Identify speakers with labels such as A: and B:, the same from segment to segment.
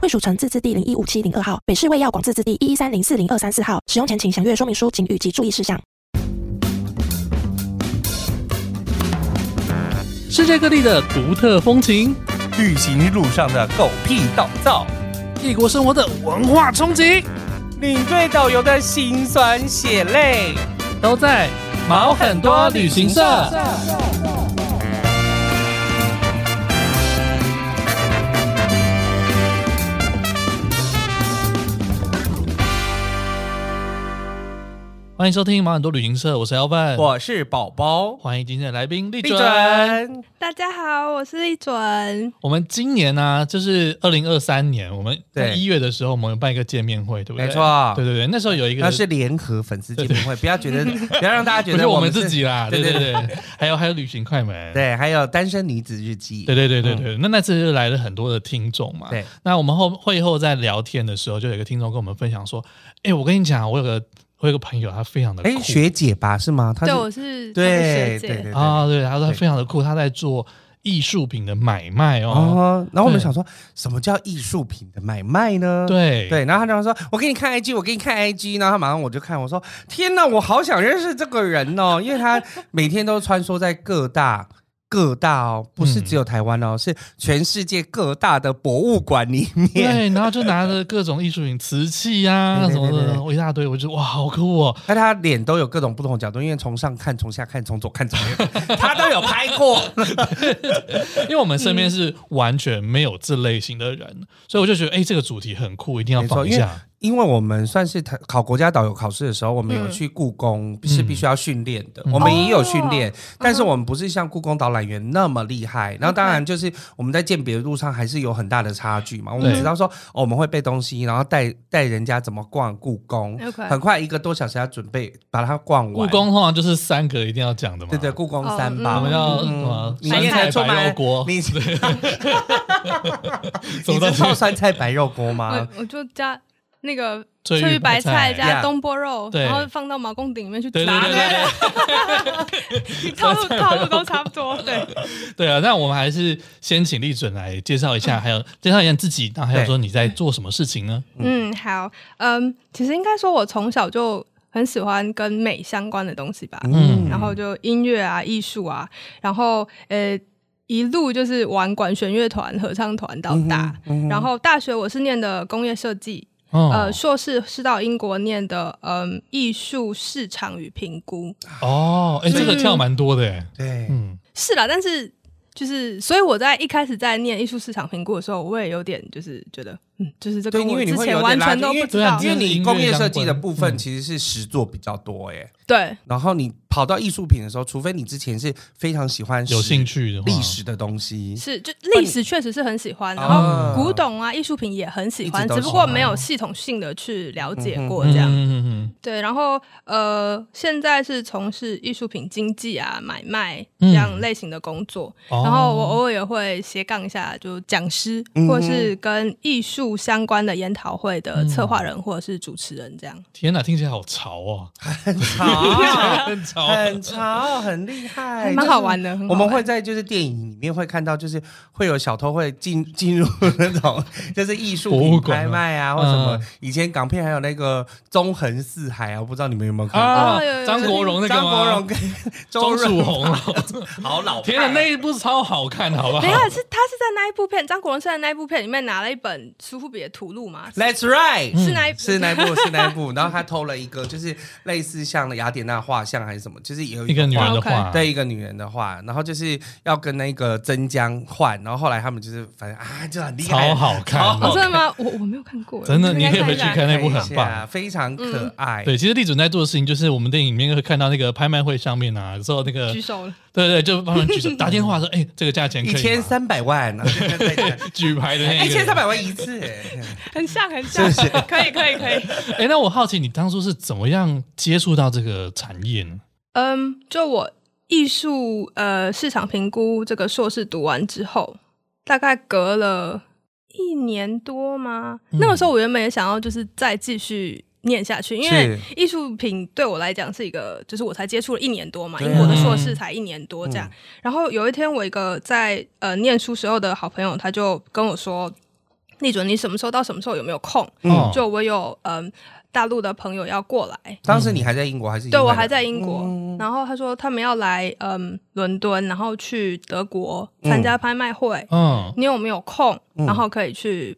A: 惠蜀城自治地零一五七零二号，北市卫药广自治地一一三零四零二三四号。使用前请详阅说明书、警语及注意事项。
B: 世界各地的独特风情，
C: 旅行路上的狗屁倒灶，
B: 异国生活的文化冲击，
C: 领队导游的辛酸血泪，
B: 都在毛很多旅行社。欢迎收听毛很多旅行社，我是 Alvin，
C: 我是宝宝，
B: 欢迎今天的来宾丽
C: 立
B: 准。
C: 准，
D: 大家好，我是一准。
B: 我们今年呢、啊就是二零二三年，我们在
C: 对
B: 一月的时候，我们有办一个见面会，对不对？
C: 没错
B: 对对对，那时候有一个
C: 那是联合粉丝见面会，不要觉得， 不要让大家觉
B: 不是
C: 得
B: 我们
C: 是
B: 自己啦， 对
C: 对
B: 对
C: 对
B: 对，还有还有旅行快门，
C: 对，还有单身女子日记，
B: 对对对对对，那那次就来了很多的听众嘛，
C: 对，
B: 那我们后会后在聊天的时候，就有一个听众跟我们分享说，哎，我跟你讲，我有个我有个朋友，他非常的
C: 哎，
B: 酷
C: 学姐吧是吗？她
D: 对，
C: 是
D: 我是
C: 对对
D: 对
C: 对对
B: 啊，对，他说他
C: 对
B: 非常的酷，他在做艺术品的买卖哦，
C: 哦，然后我们
B: 对
C: 想说，什么叫艺术品的买卖呢？
B: 对
C: 对，然后他就说：“我给你看 IG，我给你看 IG。”然后他马上我就看，我说：“天哪，我好想认识这个人哦， 因为他每天都穿梭在各大各大哦，不是只有台湾哦，
B: 嗯
C: 是全世界各大的博物馆里面。
B: 对，然后就拿着各种艺术品、瓷器呀、
C: 对对
B: 什么
C: 对对
B: 的，我一大堆，我就哇，好酷哦！
C: 那他脸都有各种不同角度，因为从上看、从下看、从左看、从右看，他都有拍过。
B: 因为我们
C: 嗯
B: 身边是完全没有这类型的人，所以我就觉得，哎、这个主题很酷，一定要
C: 没错
B: 放一
C: 因为
B: 下。
C: 因为我们算是台考国家导游考试的时候，我们有
D: 嗯
C: 去故宫是必须要训练的，
B: 嗯
C: 我们也有训练，
D: 哦
C: 但是我们不是像故宫导览员那么厉
D: 嗯
C: 害。然后当然就是我们在鉴别的路上还是有很大的差距嘛。我们
B: 对
C: 知道说、哦、我们会背东西，然后带带人家怎么逛故宫，
D: OK
C: 很快一个多小时要准备把它逛
B: 故
C: 完。
B: 宫通常就是三个一定要讲的嘛，
C: 对对，故宫
D: 哦
C: 三
B: 我
C: 吧。
B: 们要什么
C: 嗯，你
B: 酸
C: 也
B: 菜
C: 能出
B: 白
C: 卖
B: 肉锅，
C: 你
B: 走
C: 你
B: 到
C: 知道酸菜白肉锅吗
D: 我？我就加那个
B: 翠玉
D: 翠玉白
B: 白菜
D: 菜
C: 呀
D: 加东坡肉，
B: 对
D: 然后放到毛公鼎里面去
B: 对对
D: 炸
B: 对对对，
D: 你 套路套路都差不 多。对，
B: 对啊，那我们还是先请丽准来介绍一
C: 嗯
B: 下，还有介绍一下自己，然后还有说你在做什么事情呢？
D: 嗯，好，嗯，其实应该说，我从小就很喜欢跟美相关的东西吧，
B: 嗯
D: 然后就音乐啊、艺术啊，然后呃，一路就是玩管弦乐团、合唱团到
C: 嗯
B: 嗯
D: 大，然后大学我是念的工业设计，
B: 哦
D: 呃，硕士是到英国念的，嗯，艺术市场与评估
B: 哦，哎、这个跳蛮多的、欸，
C: 对，
B: 嗯，
D: 是啦，但是就是，所以我在一开始在念艺术市场评估的时候，我也有点就是觉得，嗯，就是这
C: 对，
D: 个
C: 因
D: 我
C: 为你
D: 之
C: 会
D: 前
C: 有
D: 完
C: 点拉
D: 全
C: 近
D: 都
C: 因
D: 不
C: 为
D: 知
B: 对啊
D: 道
C: 因，为你
B: 音乐
C: 工业
B: 相
C: 设计
B: 关
C: 的部分
B: 嗯
C: 其实是实作比较多哎、
D: 对
C: 然后你跑到艺术品的时候，除非你之前是非常喜欢
B: 有
C: 史
B: 兴趣的话
C: 历史的东西，
D: 是就历史确实是很喜欢，然后
C: 哦
D: 古董啊、艺术品也很喜
C: 一直
D: 欢，
C: 都哦
D: 只
C: 喜欢
D: 不过没有系统性的去了解过这样。
B: 嗯嗯
D: 对，然后呃，现在是从事艺术品经纪啊、买卖
B: 嗯
D: 这样类型的工作，
B: 哦
D: 然后我偶尔也会斜杠一下，就讲师、
C: 嗯哼
D: 或是跟艺术相关的研讨会的策划人、或者是主持人这样。
B: 天哪，听起来好潮哦，
C: 潮
B: 很潮，
C: 很潮，很厉害，
D: 还蛮好玩的
C: 就是
D: 很好
C: 我
D: 玩
C: 们会在就是电影里面会看到，就是会有小偷会进进入那种就是艺术
B: 博物
C: 品
B: 馆
C: 拍
B: 吗
C: 卖啊，或什么
B: 嗯。
C: 以前港片还有那个纵横四海啊，我不知道你们有没有看过。
B: 啊
D: 哦有有有
B: 张国荣那个
C: 张
B: 吗？
C: 国荣跟
B: 周
C: 润
B: 楚红，
C: 发好老 派
B: 天哪，那一部超好看，好不好
D: 啊没？有，是他是在那一部片，张国荣是在那一部片里面拿了一本苏富比的吐露嘛，
B: 嗯
C: Let's right，
D: 是那一
C: 是那一部，是那一部。 然后他偷了一个，就是类似像雅典娜画像还是什么，就是有
B: 一个女
C: 画
B: 人的
D: OK
B: 话，
C: 对一个女人的话，然后就是要跟那个曾江换，然后后来他们就是反正啊就很厉害，
B: 超好看
C: 超
D: 哦，
C: 好
D: 真
C: 看
D: 的吗？我我没有看过，
B: 真的
D: 应该
B: 你可以回去
D: 一下
B: 看那部很
C: 看一下
B: 棒
C: 非常可爱。
B: 对，其实地主在做的事情就是，我们电影里面会看到那个拍卖会上面啊，有时候那个
D: 举手了，
B: 对对，就帮人举手打电话说，哎、这个价钱可以
C: 一
B: 吗
C: 千三百万，啊 然后就在那
B: 举牌的那个
C: 一千三百万一次，哎
B: 嗯
D: 很像很像，可以可以可以。
B: 哎，那我好奇你当初是怎么样接触到这个产业呢？
D: 嗯，就我艺术呃市场评估这个硕士读完之后，大概隔了一年多吗？那个时候
C: 嗯
D: 我原本也想要就是再继续。念下去，因为
C: 是
D: 艺术品对我来讲是一个，就是我才接触了一年多嘛，
C: 对啊嗯
D: 英国的硕士才一年多这样。然后有一天，我一个在呃念书时候的好朋友，他就跟我说：“丽准，你什么时候到什么时候有没有空？
B: 哦
D: 就我有嗯、大陆的朋友要过来，
C: 当时你还在英国还是已经
D: 对我
C: 回来
D: 还
C: 了
D: 在英国，
C: 嗯
D: 然后他说他们要来嗯伦敦，然后去德国参加拍卖会，
B: 嗯，
D: 你有没有空？
C: 哦嗯
D: 然后可以去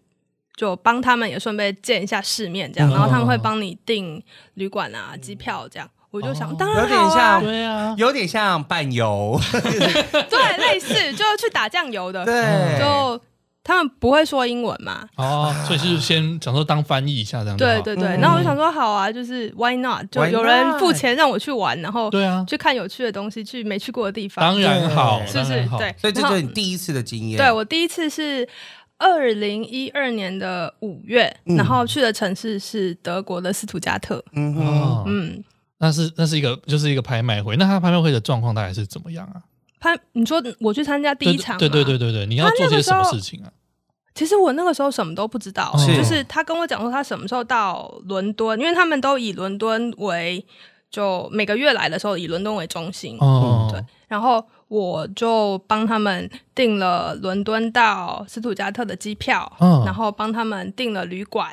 D: 就帮他们也顺便见一下世面这样，
B: 嗯
D: 然后他们
C: 哦
D: 会帮你订旅馆啊、
C: 嗯
D: 机票这样。我就想，
B: 哦
D: 当
C: 有
D: 然
C: 点
D: 好啊，
C: 像，
B: 对啊，
C: 有点像伴游，
D: 对，类似就去打酱油的，
C: 对，
D: 就他们不会说英文嘛，
B: 哦，所以是先想说当翻译一下这样就好
D: 对对对。
C: 嗯
D: 然后我就想说，好啊，就是 Why not？就
C: Why
D: 有人
C: not？
D: 付钱让我去玩，然后
B: 对啊，
D: 去看有趣的东西，去没去过的地方，
B: 当然好，
C: 对
D: 是不
B: 当
D: 是
B: 然？好
D: 对，，
C: 所以这
D: 然
C: 就
D: 后
C: 是你第一次的经验。
D: 对我第一次是二零一二年的五月，
C: 嗯
D: 然后去的城市是德国的斯图加特。
C: 嗯哼，
B: 哦，
D: 嗯，
B: 那是那是一个就是一个拍卖会，那他拍卖会的状况大概是怎么样啊？
D: 他你说我去参加第一场吗，
B: 对对对对对，你要做些什么
D: 他那个时候
B: 事情啊？
D: 其实我那个时候什么都不知道，
B: 是
D: 就是他跟我讲说他什么时候到伦敦，因为他们都以伦敦为就每个月来的时候以伦敦为中心，
B: 哦，
D: 嗯对然后我就帮他们订了伦敦到斯图加特的机票，
B: 嗯
D: 然后帮他们订了旅馆，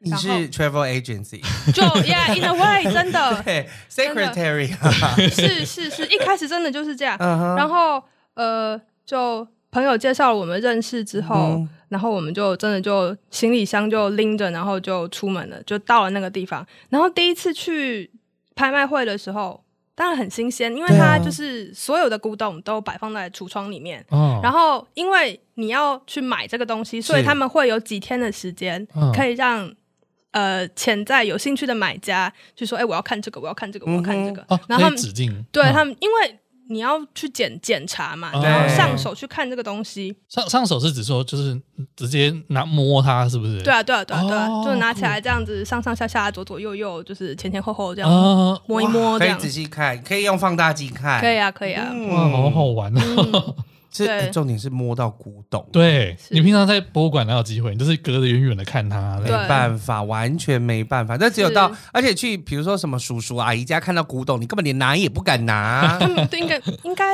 C: 你
D: 然后
C: 是 travel agency，
D: 就 yeah in a way 真 的
C: 对
D: 的
C: ，secretary，
D: 是是是，一开始真的就是这样。
C: 嗯哼
D: 然后呃，就朋友介绍了我们认识之后，
C: 嗯
D: 然后我们就真的就行李箱就拎着，然后就出门了，就到了那个地方。然后第一次去拍卖会的时候，当然很新鲜，因为
C: 对啊
D: 它就是所有的古董都摆放在橱窗里面。
B: 哦，
D: 然后，因为你要去买这个东西，所以
C: 是
D: 他们会有几天的时间
B: 嗯，
D: 可以让呃潜在有兴趣的买家就说：“哎、我要看这个，我要看这个，我要看
C: 嗯
D: 这个。
B: 哦，
D: 然后他
B: 可以
D: 们
B: 指定，
D: 对
B: 嗯
D: 他们，因为你要去检检查嘛，
B: 哦
D: 你要上手去看这个东西。
B: 上上手是指说就是直接拿摸它，是不是？
D: 对啊，对啊，对啊，对啊，
B: 哦
D: 就拿起来这样子上上下下、左左右右，就是前前后后这样、
B: 啊，
D: 摸一摸
C: 哦可
D: 这
C: 以
D: 样。
C: 仔细看，可以用放大镜看，
D: 可以啊，可以啊。
C: 嗯
B: 哇，好好玩啊！
D: 嗯，
C: 是
D: 对
C: 哎重点是摸到古董，，
B: 对
D: 是
B: 你平常在博物馆哪有机会？你就是隔着远远的看它，
C: 没
B: 对
D: 对
C: 办法，完全没办法。那只有到
D: 是，
C: 而且去比如说什么叔叔阿姨家看到古董，你根本连拿也不敢 拿。
D: 嗯对，应该应该。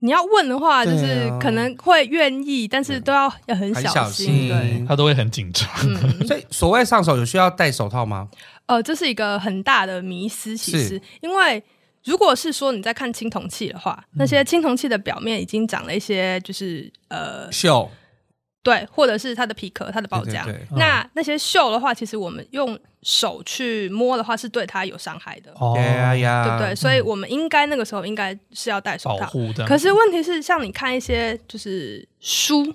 D: 你要问的话，就
C: 对
D: 是
C: 啊
D: 可能会愿意，但是都要要很
C: 很
D: 小
C: 小
D: 心。
C: 心
D: 对，
C: 嗯
B: 它都会很紧 张。
D: 嗯，
C: 所以所谓上手有需要戴手套吗？
D: 呃，这是一个很大的迷思，其
C: 是
D: 实，因为如果是说你在看青铜器的话，
C: 嗯
D: 那些青铜器的表面已经长了一些，就是呃，
C: 秀，
D: 对，或者是它的皮壳、它的包
C: 对
D: 浆。
C: 对嗯
D: 那那些锈的话，其实我们用手去摸的话，是对它有伤害的，
B: 哦
C: 对啊呀
D: 对
C: 呀，
D: 不对？所以我们应该那个时候应该是要戴手
B: 保
D: 套。
B: 护这样。
D: 可是问题是，像你看一些就是书，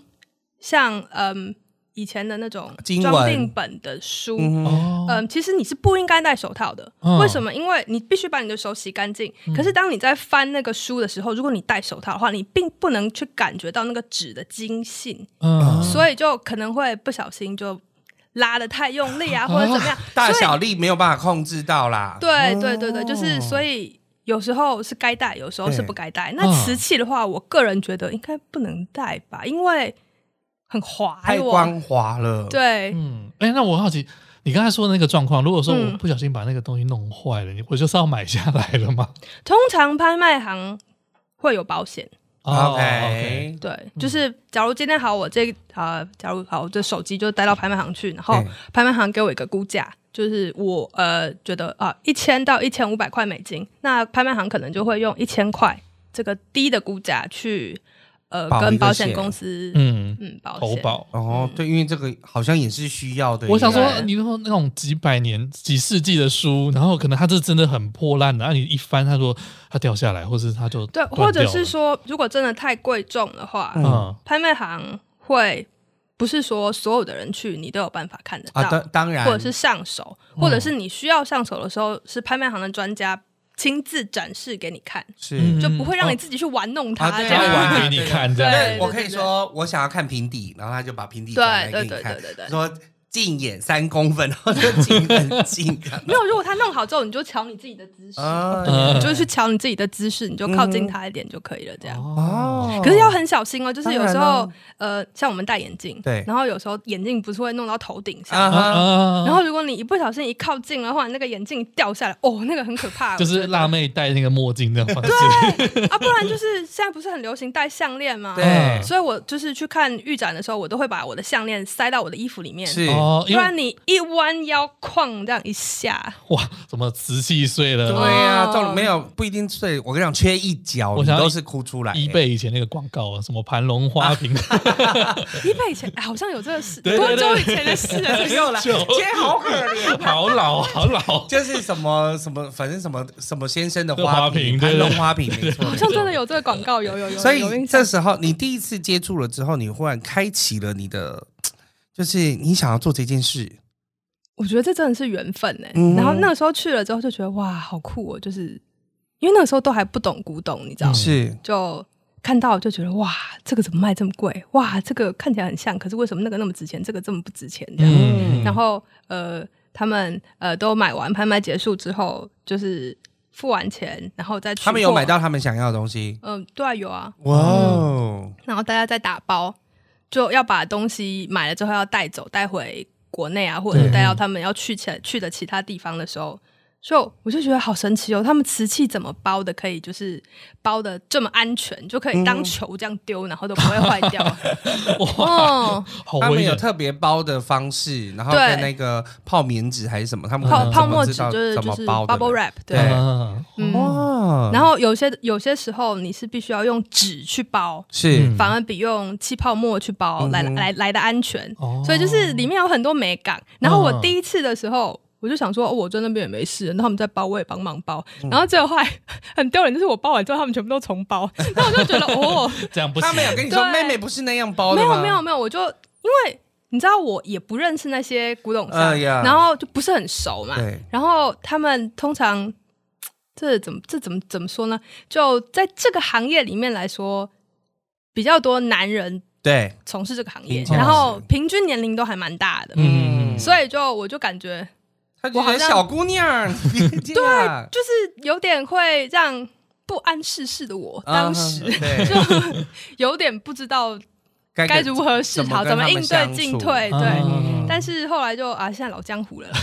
D: 像嗯以前的那种
C: 经
D: 装
C: 文
D: 订本的书，
C: 嗯哼，
B: 哦，
D: 嗯，其实你是不应该戴手套的。
B: 嗯
D: 为什么？因为你必须把你的手洗干净。
C: 嗯
D: 可是当你在翻那个书的时候，如果你戴手套的话，你并不能去感觉到那个纸的筋性，
B: 嗯，
D: 所以就可能会不小心就拉的太用力啊，或者怎么样。
C: 大小力没有办法控制到啦。
D: 对
C: 哦
D: 对对对，就是所以。有时候是该戴，有时候是不该戴。那
B: 嗯
D: 瓷器的话，我个人觉得应该不能戴吧，因为很滑
C: 太
D: 我
C: 光滑了。
D: 对，
B: 嗯，哎，那我好奇，你刚才说的那个状况，如果说
D: 嗯
B: 我不小心把那个东西弄坏了，你我就是要买下来了吗
D: 通常拍卖行会有保险。
B: 哦
C: ，OK，
D: 对，
C: 嗯
D: 就是假如今天好，我这啊、假如好，我这手机就带到拍卖行去，然后
C: 嗯
D: 拍卖行给我一个估价，就是我呃觉得啊一千到一千五百块美金，那拍卖行可能就会用一千块这个低的估价去呃
C: 保一个
D: 跟保险
C: 险
D: 公司
B: 嗯，
D: 嗯保
B: 投
D: 险，
B: 保。
C: 哦，对，因为这个好像也是需要的耶。
B: 我想说，
D: 对
B: 你说那种几百年、几世纪的书，然后可能它这真的很破烂的，那、啊你一翻，它说它掉下来，或是它就
D: 对，
B: 断
D: 或者
B: 掉
D: 是
B: 了，
D: 说呃如果真的太贵重的话，
B: 嗯，
D: 拍卖行会不是说所有的人去你都有办法看得到，
C: 啊，当当然，
D: 或者是上手，或者是你需要上手的时候，是拍卖行的专家亲自展示给你看，
C: 是
B: 嗯
D: 就不会让你自己去玩弄
C: 啊
D: 它
C: 对
D: 这
B: 它
C: 啊
D: 样。
B: 玩给你看这样。
D: 对
C: 对，我可以说我想要看平底，然后他就把平底转来
D: 对
C: 给
D: 对
C: 你
D: 对
C: 看
D: 对，对对。
C: 说近眼三公分，然后就近很近 这样
D: 没有，如果它弄好之后，你就瞧你自己的姿势，
C: 啊嗯
D: 你
B: 嗯
D: 就去瞧你自己的姿势，你就靠近它一点就可以了。这样，
C: 哦
D: 可是要很小心哦，就是有时
C: 当然
D: 候
C: 啊，
D: 呃，像我们戴眼镜，
C: 对
D: 然后有时候眼镜不是会弄到头顶上，
C: 啊
B: 啊啊
C: 哈，
B: 啊
D: 然后如果你一不小心一靠近的话，你那个眼镜掉下来，哦，那个很可 怕，
B: 啊就
D: 我
B: 是
D: 觉得
B: 辣妹戴那个墨镜那种方式，
D: 啊，不然就是现在不是很流行戴项链吗？嗯
C: 对，
D: 所以我就是去看预展的时候，我都会把我的项链塞到我的衣服里面，
C: 是
B: 哦，
D: 不
B: 因为
D: 然你一弯腰哐这样一下，
B: 哇，什么瓷器碎
C: 对
B: 了，
C: 呀，
D: 哦
C: 这种没有不一定碎，我跟你讲，缺一角
B: 我
C: 你
B: 想要
C: 都是哭出来。
B: 一贝以前那个广告啊，什么盘龙花瓶，
D: 一倍以前、哎好像有这个事，
B: 对对对
D: 多久以前的事了？
C: 没 有啦，今天好可怜。
B: 好老好老，
C: 就是什么什么，反正什么什么先生的
B: 花
C: 瓶，
B: 瓶
C: 盘
B: 对
C: 龙
B: 对
C: 花瓶，没错
D: 好。像真的有这个广告，有有有有，
C: 所
D: 有
C: 以
D: 印
C: 这
D: 象。
C: 时候你第一次接触了之后，你忽然开启了你的，就是你想要做这件事，
D: 我觉得这真的是缘分哎、
C: 嗯
D: 然后那个时候去了之后就觉得哇，好酷哦！就是因为那个时候都还不懂古董，你知道吗？
C: 是
D: 就看到就觉得哇，这个怎么卖这么贵？哇，这个看起来很像，可是为什么那个那么值钱，这个这么不值钱？这样，
B: 嗯
D: 然后呃，他们呃都买完拍卖结束之后，就是付完钱，然后再取
C: 他们有
D: 货
C: 买。到他们想要的东西。
D: 嗯、对啊，有啊。
C: 哇哦，
D: 然后大家再打包，就要把东西买了之后要带走，带回国内啊，或者是带到他们要去其去的其他地方的时候，就我就觉得好神奇哦，他们瓷器怎么包的，可以就是包的这么安全，就可以当球这样丢，然后都不会坏掉。哦，
B: 好
C: 他们
B: 威
C: 有
B: 严，
C: 特别包的方式，然后
D: 对
C: 跟那个泡棉纸还是什么，他们可
D: 泡
C: 能
D: 泡
C: 怎么
D: 沫
C: 知
D: 纸
C: 道
D: 就是
C: 怎
D: 就
C: 么
D: 是
C: 包的
D: bubble wrap，对。
C: 对哦
B: 嗯
D: 嗯
C: 哇，
D: 哦然后有些有些时候你是必须要用纸去包，
C: 是
B: 嗯
D: 反而比用气泡沫去包来、
C: 嗯哼
D: 来来的安全。
B: 哦
D: 所以就是里面有很多美感。然后我
B: 嗯
D: 第一次的时候。我就想说，哦我在那边也没事，那他们在包，我也帮忙包。然后最后后来 很丢人，就是我包完之后，他们全部都重包。那我就觉得，哦，
B: 这样不行
C: 他，们有跟你说
D: 对
C: 妹妹不是那样包
D: 没
C: 的
D: 有
C: 吗？
D: 没有没有，我就因为你知道，我也不认识那些古董商，
C: 哎呀
D: 然后就不是很熟嘛。
C: 对，
D: 然后他们通常这怎么这怎么怎么说呢？就在这个行业里面来说，比较多男人
C: 对，
D: 从事这个行业
C: 听，起来
D: 然后
C: 是
D: 平均年龄都还蛮大的，
B: 嗯
C: 嗯
D: 所以就我就感觉
C: 她就
D: 我
C: 觉
D: 好
C: 得
D: 像
C: 小姑娘，对 啊，
D: 就是有点会让不谙世事的我
C: 嗯
D: 当时、
C: 对
D: 就 有点不知道
C: 该
D: 该
C: 跟
D: 如何是好，
C: 怎
D: 怎
C: 么
D: 么
C: 跟他
D: 应对
C: 们
D: 进
C: 相处
D: 退，对。
B: 嗯
D: 但是后来就啊，现在老江湖了，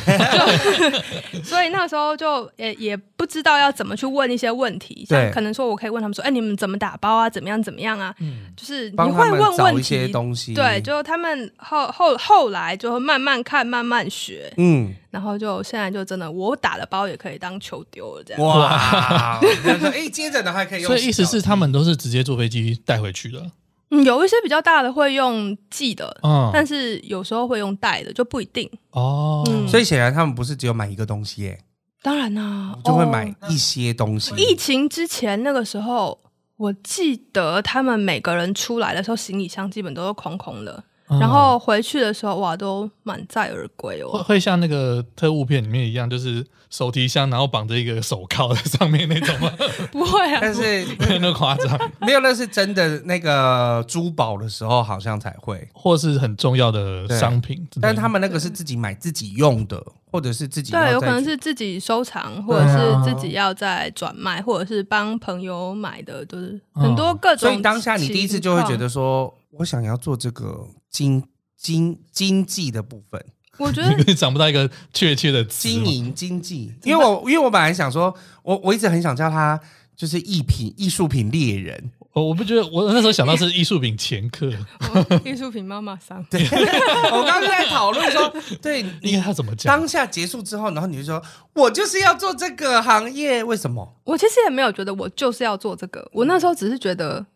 D: 就所以那个时候就也也不知道要怎么去问一些问题，像
C: 对
D: 可能说我可以问他们说，哎，你们怎么打包啊？怎么样？怎么样啊？就是你
C: 嗯帮他
D: 会
C: 们
D: 问
C: 找
D: 问
C: 一些
D: 题，
C: 东西，
D: 对，就他们后后后来就会慢慢看，慢慢学，
C: 嗯，
D: 然后就现在就真的我打的包也可以当球丢了这样。
C: 哇，这样说哎，接着的还可以用，
B: 所以意思是他们都是直接坐飞机带回去的，
D: 嗯，有一些比较大的会用寄的，
B: 嗯，
C: 哦
D: 但是有时候会用带的，就不一定。
B: 哦，
D: 嗯
C: 所以显然他们不是只有买一个东西，耶，
D: 当然啦、
C: 就会
D: 哦
C: 买一些东
B: 哦
C: 西。
D: 疫情之前那个时候，我记得他们每个人出来的时候，行李箱基本都是空空的，
C: 哦
B: 嗯
D: 然后回去的时候，哇，都满载而归
B: 会
D: 哦。
B: 会像那个特务片里面一样，就是手提箱，然后绑着一个手铐在上面那 种吗？
D: 不会啊，
C: 但是
B: 那夸张，
C: 没有，那是真的那个珠宝的时候好像才会，
B: 或是很重要的商品之类的，
C: 但是他们那个是自己买自己用的，或者是自己要
D: 对，有可
C: 再
D: 能
C: 去
D: 是自己收藏，或者
B: 对啊
D: 是自己要再转卖，或者是帮朋友买的，就是很多
B: 嗯
D: 各种情
C: 哦所
D: 况。
C: 以当下你第一次就会觉得说，我想要做这个经经经济的部分，
D: 我觉
B: 因
D: 得
B: 为找不到一个确切的词嘛
C: 经营经济，因为我因为我本来想说，我我一直很想叫他就是艺品艺术品猎人，
B: 哦我我不觉得，我那时候想到是艺术品前客，
D: 哦 艺术品妈妈桑，
C: 对， 我刚刚在讨论 说，对
B: 应
C: 你
B: 该他怎么讲？
C: 当下结束之后，然后你就说，我就是要做这个行业， 为什么？
D: 我其实也没有觉得我就是要做这个，我那时候只是觉得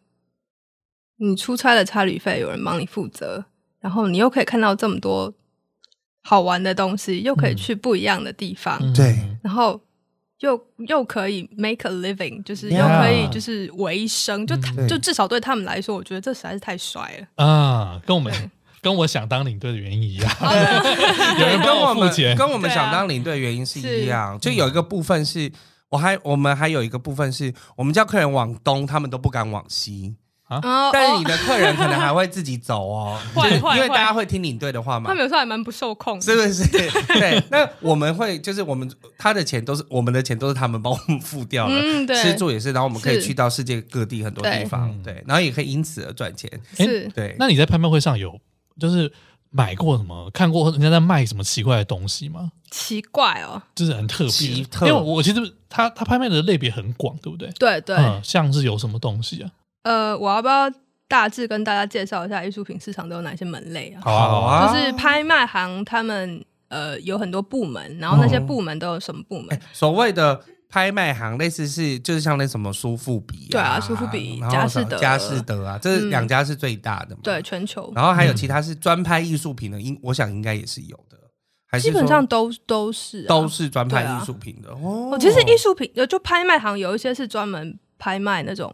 D: 你出差的差旅费有人帮你负责，然后你又可以看到这么多好玩的东西，又可
C: 嗯
D: 以去不一样的地方，
B: 嗯
C: 对
D: 然后又又可以 make a living，就是又
C: Yeah
D: 可以就是维生，就他
C: 嗯对
D: 就至少对他们来说，我觉得这实在是太帅了。
B: 啊，跟我们跟我想当领队的原因一样，
C: 哦
B: 有人
C: 跟
B: 帮
C: 我
B: 我付
C: 们
B: 钱，
C: 跟我们
D: 对啊
C: 想当领队的原因是
D: 是
C: 一样，就有一个部分是。我还我们还有一个部分是我们叫客人往东，他们都不敢往西。
D: 哦
C: 但是你
D: 哦，
C: 的客人可能还会自己走哦，
D: 会
C: 就是
D: 会
C: 因为
D: 会
C: 大家会听领队的话嘛
D: 他们。有时候还蛮不受控的，
C: 是不是？ 对，那我们会就是我们他的钱都是我们的钱都是他们帮我们付掉了，
D: 嗯，对，
C: 吃住也是，然后我们可以
D: 是
C: 去到世界各地很多地
D: 对
C: 方，
B: 嗯
C: 对，然后也可以因此而赚钱，
D: 是
C: 对。
B: 那你在拍卖会上有就是买过什么？看过人家在卖什么奇怪的东西吗？
D: 奇怪哦，
B: 就是很特别，
C: 奇特
B: 因为我其实他他拍卖的类别很广，对不对？
D: 对对，
B: 嗯，像是有什么东西啊？
D: 呃，我要不要大致跟大家介绍一下艺术品市场都有哪些门类啊？
B: 好啊好啊
D: 就是拍卖行他们呃有很多部门，然后那些
C: 哦
D: 部门都有什么部门？
C: 哎所谓的拍卖行，类似是就是像那什么苏富比、
D: 对啊苏富比
C: 然后
D: 佳士
C: 什么
D: 得
C: 佳士得啊，这
D: 嗯
C: 两家是最大的嘛。
D: 对，，全球
C: 然后
B: 嗯
C: 还有其他是专拍艺术品的，应我想应该也是有的，还是
D: 基
C: 说
D: 本上都都是、啊、
C: 都。是专拍
D: 对啊
C: 艺术品的哦
D: 哦，。其实艺术品呃，就拍卖行有一些是专门拍卖那种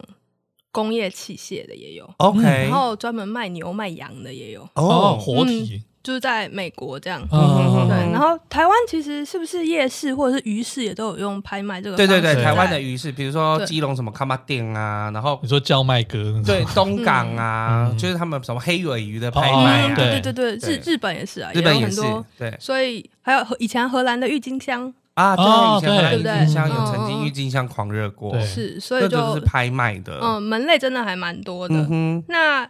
D: 工业器械的也有，
C: OK，
D: 嗯然后专门卖牛卖羊的也有，
B: 哦，
C: 哦，
B: 活体，
D: 就是在美国这样。
B: 嗯，
C: 嗯
D: 对，然后台湾其实是不是夜市或者是鱼市也都有用拍卖这个
C: 对
D: 方
C: 对
D: 式在？
C: 对，
B: 对
C: 台湾的鱼市，比如说
D: 对
C: 基隆什么康巴店啊，然后
B: 你说叫卖哥，
C: 对，东港啊，
B: 嗯
C: 就是他们什么黑尾鱼的
B: 哦
C: 拍
B: 哦
C: 卖
D: 嗯，
C: 啊，
D: 对
B: 对
D: 对对对，日
C: 对
D: 日本也是啊，
C: 日本
D: 有
C: 也
D: 很
C: 是
D: 多，
C: 对
D: 所以还有荷以前荷兰的郁金香
C: 啊，
B: 哦
C: 对，以前荷兰
D: 对
C: 郁
D: 对
C: 金香
D: 嗯
C: 有曾
D: 嗯嗯
C: 经郁金香狂热过，
B: 对
D: 是，所
C: 这
D: 以
C: 都
D: 就是
C: 拍卖的，
D: 嗯，门类真的还蛮多的。
C: 嗯哼。
D: 那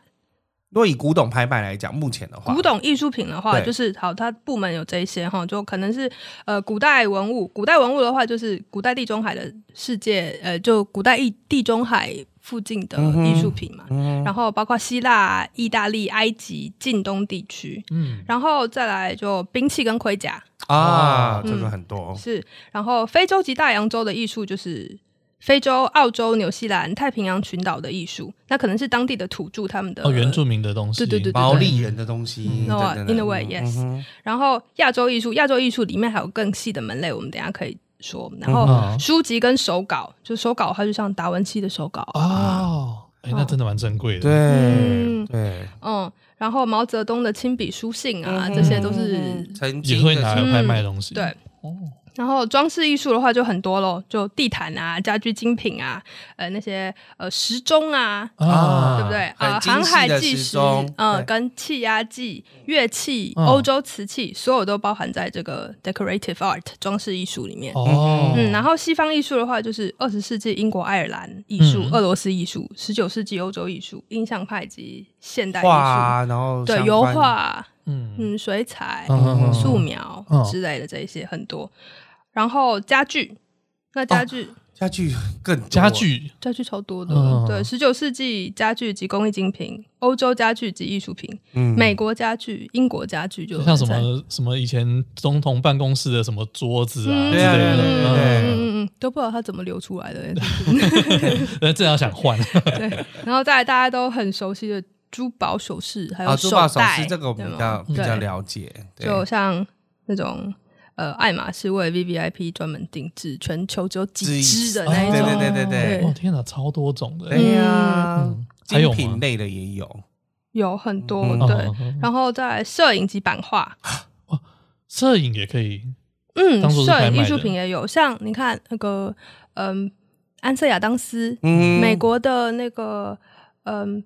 C: 若以古董拍卖来讲，目前的话，
D: 古董艺术品的话，
C: 对
D: 就是好，它部门有这一些哈，就可能是呃古代文物，古代文物的话就是古代地中海的世界，呃，就古代地地中海附近的
C: 嗯哼
D: 艺术品嘛，
C: 嗯
D: 然后包括希腊、意大利、埃及、近东地区，
B: 嗯，
D: 然后再来就兵器跟盔甲
C: 啊，
B: 哦
C: 这个
D: 嗯
C: 很多
D: 是，然后非洲及大洋洲的艺术就是。非洲、澳洲、纽西兰、太平洋群岛的艺术，那可能是当地的土著他们的
B: 哦，原住民的东西，
D: 对对对对
C: 毛利人的东西
B: 嗯
C: 等等等等
D: In a way, yes
C: 嗯哼
D: 然后亚洲艺术，亚洲艺术里面还有更细的门类，我们等一下可以说。然后
B: 嗯
D: 书籍跟手稿，就手稿，它就像达文西的手稿，
B: 哦，哎，那真的蛮珍贵的，，
C: 嗯对
D: 嗯
C: 对，
D: 嗯，然后毛泽东的亲笔书信啊，
C: 嗯
D: 这些都是。
C: 曾
B: 也
C: 经
B: 会
C: 的
B: 拿来拍卖东西，
D: 嗯对，
B: 哦，
D: 然后装饰艺术的话就很多咯，就地毯啊、家居精品啊，呃那些呃时钟啊，
B: 啊
D: 对不对？
C: 很
D: 啊，
C: 精
D: 航
C: 细
D: 海
C: 的
D: 计
C: 时
D: 时
C: 钟，
D: 嗯，
C: 对
D: 跟气压计、乐器、
B: 嗯
D: 欧洲瓷器，所有都包含在这个 decorative art 装饰艺术里面。
B: 哦，
D: 嗯，然后西方艺术的话，就是二十世纪英国、爱尔兰艺术、
B: 嗯
D: 俄罗斯艺术，十九世纪欧洲艺术、印象派及现代艺
C: 画
D: 术，
C: 啊，然后
D: 对
C: 相
D: 油
C: 关
D: 画、
B: 嗯，
D: 嗯水彩、
B: 嗯
D: 素描
B: 嗯
D: 之类的这一些很多。然后家具，那
C: 哦
D: 家具、
C: 家具更多
B: 家具
D: 家具超多的，
B: 嗯
D: 对，十九世纪家具及工艺精品，欧洲家具及艺术品，
C: 嗯
D: 美国家具、英国家具就
B: 就像什
D: 在
B: 么啊什么以前总统办公室的什么桌子啊
D: 嗯
B: 之
C: 对啊
B: 类
C: 对
B: 的，
C: 啊对啊
B: 嗯
D: 嗯嗯嗯，都不知道它怎么流出来的、
B: 那这样想换，
D: 对，然后再来大家都很熟悉的珠宝首饰，还有
C: 啊，珠宝首
D: 带
C: 饰这个我们比较比
D: 对吗
C: 较
D: 对
C: 了解，对
D: 就像那种呃，爱马仕为 V V I P 专门定制，全球只有几只的那一
C: 哦对
D: 种，嗯
C: 对对对对
B: 哦，天哪，超多种的，
C: 对啊呀
B: 嗯，还有
C: 精
B: 吗
C: 品类的也有，
D: 有很多、
C: 嗯
B: 哦
D: 对。然后再来摄影及版画，
B: 摄影也可以，
D: 嗯，
B: 当作是
D: 摄
B: 拍卖的
D: 影艺术品也有，像你看那个嗯，安瑟亚当斯，
C: 嗯
D: 美国的那个嗯。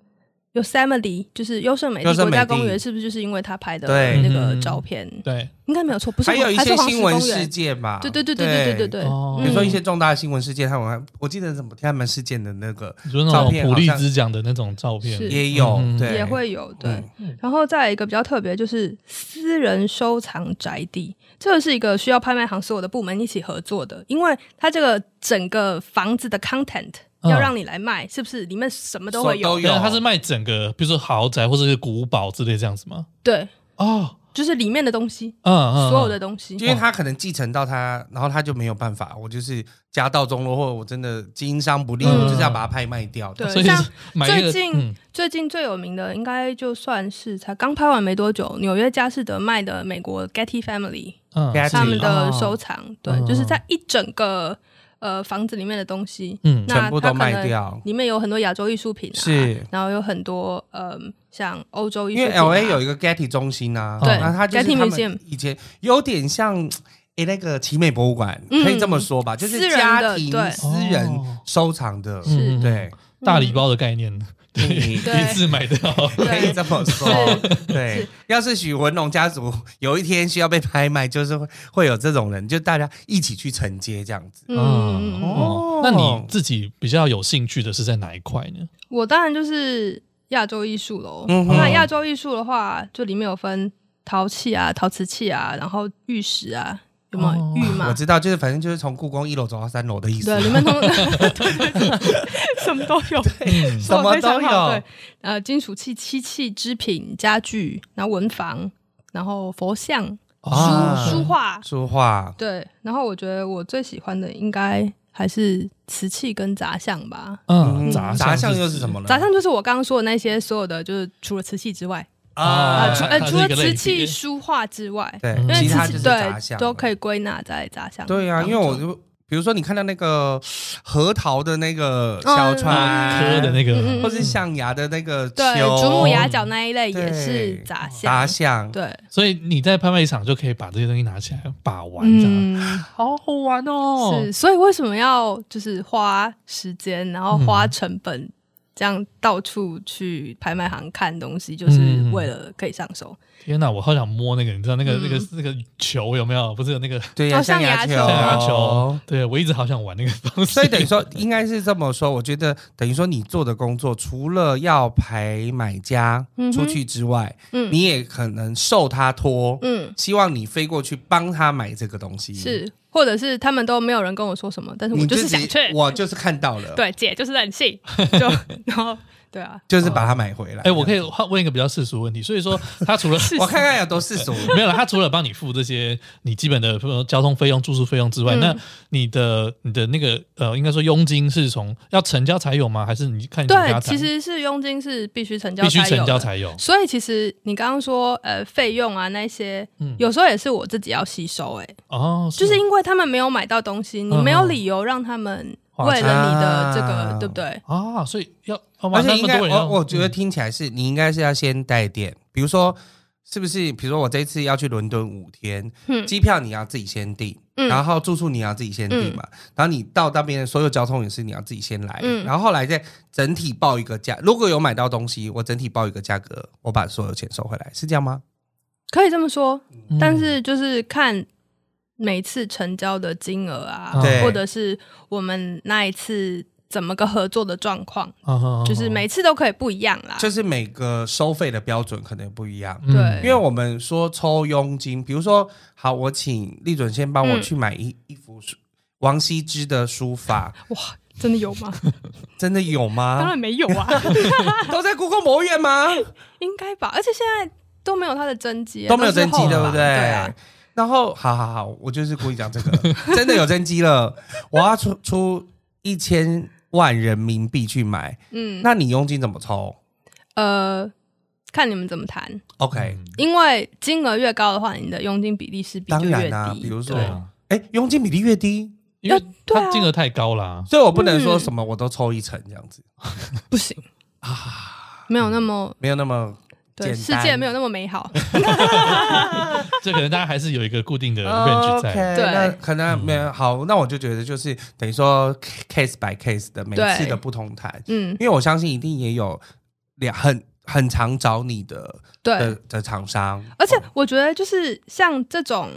D: Yosemite 就是优胜美地
C: 优胜
D: 国
C: 美地
D: 家公园，是不是就是因为他拍的
C: 对
D: 那个
B: 嗯
D: 照片？
B: 对，
D: 应该没有错，不是
C: 还有一些
D: 黄
C: 新闻
D: 石公
C: 事
D: 园
C: 件嘛，
D: 对对对对对对对对，
B: 哦
C: 比如说一些
D: 嗯
C: 重大的新闻事件，他们还我记得怎么天安门事件的那个
B: 你说那
C: 照
B: 种
C: 片
B: 普
C: 好
B: 利
C: 像
B: 兹奖的那种照片
D: 是
C: 也有
B: 嗯，
C: 对，
D: 也会有对
C: 嗯。
D: 然后再来一个比较特别，就是私人收藏宅地，这个是一个需要拍卖行所有的部门一起合作的，因为它这个整个房子的 content
B: 嗯
D: 要让你来卖，是不是里面什么都会
C: 所
D: 有？
C: 都有
B: 对啊，它是卖整个，比如说豪宅或者是古堡之类这样子吗？
D: 对，
B: 哦，
D: 就是里面的东西，
B: 嗯嗯，
D: 所有的东西。
C: 因为他可能继承到他，然后他就没有办法。我就是家道中落，或者我真的经商不利，
B: 嗯
C: 我就是要把它拍卖掉。
D: 对
B: 所以
D: 像
B: 买一个
D: 最近、
B: 嗯
D: 最近最有名的，应该就算是才刚拍完没多久，纽约佳士得卖的美国 Getty Family
B: 嗯
C: 他
D: 他们的
C: 哦
D: 收藏，对，
B: 嗯
D: 就是在一整个呃房子里面的东西，
B: 嗯
D: 那
C: 全部都
D: 它可能
C: 卖掉
D: 里面有很多亚洲艺术品啊，
C: 是
D: 然后有很多嗯像欧洲艺术
C: 因为
D: 品、啊，
C: L A 有一个 Getty 中心啊，
B: 对
C: 那它就是他
D: Getty Museum
C: 们以前有点像诶、那个奇美博物馆，
D: 嗯
C: 可以这么说吧，就是
D: 私人
C: 家
D: 的
C: 庭
D: 对
C: 私人收藏的，
D: 是
B: 哦嗯嗯嗯
C: 对，
B: 大礼包的概念，
C: 你
D: 对
B: 一次买到，
C: 可以这么说
D: 是，
C: 对
D: 是。
C: 要是许文龙家族有一天需要被拍卖，就是会会有这种人，就大家一起去承接这样子。
D: 嗯嗯嗯
B: 嗯，
D: 嗯，
B: 哦
C: 哦，
B: 那你自己比较有兴趣的是在哪一块呢？
D: 我当然就是亚洲艺术喽。
C: 嗯哼
D: 那亚洲艺术的话，就里面有分陶器啊、陶瓷器啊，然后玉石啊，有没
B: 哦
D: 有玉
C: 我
D: 嘛？
C: 知道，就是反正就是从故宫一楼走到三楼的意思
D: 对，，里面通 对对对什么都有，
C: 嗯什么都
D: 说得非常好
C: 有
D: 对。，呃，金属器、漆器、织品、家具，然后文房，然后佛像、
C: 啊
D: 书画，
C: 书画，
D: 对。然后我觉得我最喜欢的应该还是瓷器跟杂项吧。
B: 嗯，杂
C: 杂杂项
B: 项
C: 又是什？么呢？
D: 啊杂项就是我刚刚说的那些所有的，就是除了瓷器之外，
B: 啊
D: 呃，除
C: 啊，
D: 呃
B: 它是
D: 除
B: 一
D: 了
B: 个类
D: 瓷
B: 别
D: 器、书画之外，
C: 对
B: 因，为
C: 嗯其
D: 瓷
C: 他
D: 器
C: 就是杂
D: 对
C: 项
D: 都可以归纳在杂项当中。
C: 对啊，因为我就比如说，你看到那个核桃的那个小
D: 嗯
C: 船，
B: 科的那
D: 嗯
B: 个
D: 嗯，
C: 或是象牙的那个
D: 对
C: 球
D: 竹木牙角那一类
C: 对
D: 也是杂项，
C: 杂项，
D: 对，
B: 所以你在拍卖场就可以把这些东西拿起来把玩，这样
D: 嗯，
B: 好好玩哦
D: 是，所以为什么要就是花时间，然后花
C: 嗯
D: 成本？这样到处去拍卖行看东西，
C: 嗯
D: 就是为了可以上手。
B: 天哪，我好想摸那个，你知道
D: 嗯
B: 那个那个那个球有没有？不是有那个
C: 对呀，
D: 哦象牙
C: 球，
D: 球
B: 象牙球。，对我一直好想玩那个 东西。
C: 所以等于说，应该是这么说。我觉得等于说，你做的工作除了要陪买家
D: 嗯哼
C: 出去之外，
D: 嗯
C: 你也可能受他托，
D: 嗯，
C: 希望你飞过去帮他买这个东西。，
D: 是，或者是他们都没有人跟我说什么，但是我
C: 嗯你
D: 就是
C: 自
D: 想
C: 己
D: 去。
C: 我就是看到了，，
D: 对，姐就是任性，就然后对啊，
C: 就是把它买回来。
B: 哎，我可以问一个比较世俗的问题，所以 说他除了
C: 我看看有多世俗。
B: 没有了，他除了帮你付这些你基本的呃交通费用、住宿费用之外，
D: 嗯
B: 那你的你的那个呃，应该说佣金是从要成交才有吗？还是你看你怎么跟
D: 对，
B: 他
D: 其
B: 谈
D: 实是佣金是必须成交，
B: 必须成交
D: 有
B: 才有
D: 的。？所以其实你刚刚说呃费用啊那些，
B: 嗯
D: 有时候也是我自己要吸收、欸，
B: 哦，
D: 就是
B: 吗
D: 因为他们没有买到东西，你
B: 嗯
D: 没有
B: 嗯
D: 理由让他们
B: 花
D: 为
B: 钱
D: 了你的这个，
C: 啊
D: 对不对？
B: 啊，所以要哦哇
C: 而且
B: 那
C: 应
B: 么
C: 该，
B: 多人要嗯
C: 我我觉得听起来是你应该是要先带电，比如说是不是？比如说我这一次要去伦敦五天，
D: 嗯
C: 机票你要自己先订，
D: 嗯
C: 然后住宿你要自己先
B: 嗯
C: 订嘛，然后你到那边的所有交通也是你要自己先来，
D: 嗯
C: 然后后来再整体报一个价。如果有买到东西，我整体报一个价格，我把所有钱收回来，是这样吗？
D: 可以这么说，
B: 嗯
D: 但是就是看每次成交的金额啊，
B: 嗯
C: 对
D: 或者是我们那一次怎么个合作的状况，
C: 嗯
B: 啊啊啊
D: 就是每次都可以不一样啦。
C: 哦就是每个收费的标准可能不一样。
B: 嗯
D: 对
C: 因为我们说抽佣金，比如说，好，我请丽准先帮我
D: 嗯
C: 去买一、一幅书王羲之的书法，
D: 哇，真的有吗？
C: 真的有吗？
D: 当然没有 啊，
C: 都在故宫博物院吗？
D: 应该吧。而且现在都没有它的真迹啊，
C: 都没有真
D: 是
C: 机，
D: 后
C: 对不
D: 来
C: 对？
D: 对啊，
C: 然后，好好好，我就是故意讲这个，真的有真机了， 我要出出一千万人民币去买，
D: 嗯，
C: 那你佣金怎么抽
D: 呃，看你们怎么谈。
C: ？OK，
B: 嗯
D: 因为金额越高的话，你的佣金比例是比就
C: 当
D: 越
C: 然
D: 低。
C: 啦，比如说
B: 对，啊，
C: 哎，佣金比例越低，
B: 因为
D: 对啊
B: 它金额太高 啦。
C: 所以我不能说什么我都抽一成这样子，
D: 嗯不行啊，没有那么
C: 没有那么
D: 对，
C: 简
D: 世
C: 单
D: 界没有那么美好。
B: 这可能大家还是有一个固定的
D: 哦
B: range 在。嗯
C: OK，
D: 对
C: 那可能没有好，那我就觉得就是等于说 case by case 的每
D: 对
C: 次的不同谈，
D: 嗯，
C: 因为我相信一定也有两很很常找你的的
D: 对。
C: 的厂商，
D: 而且
C: 哦
D: 我觉得，就是像这种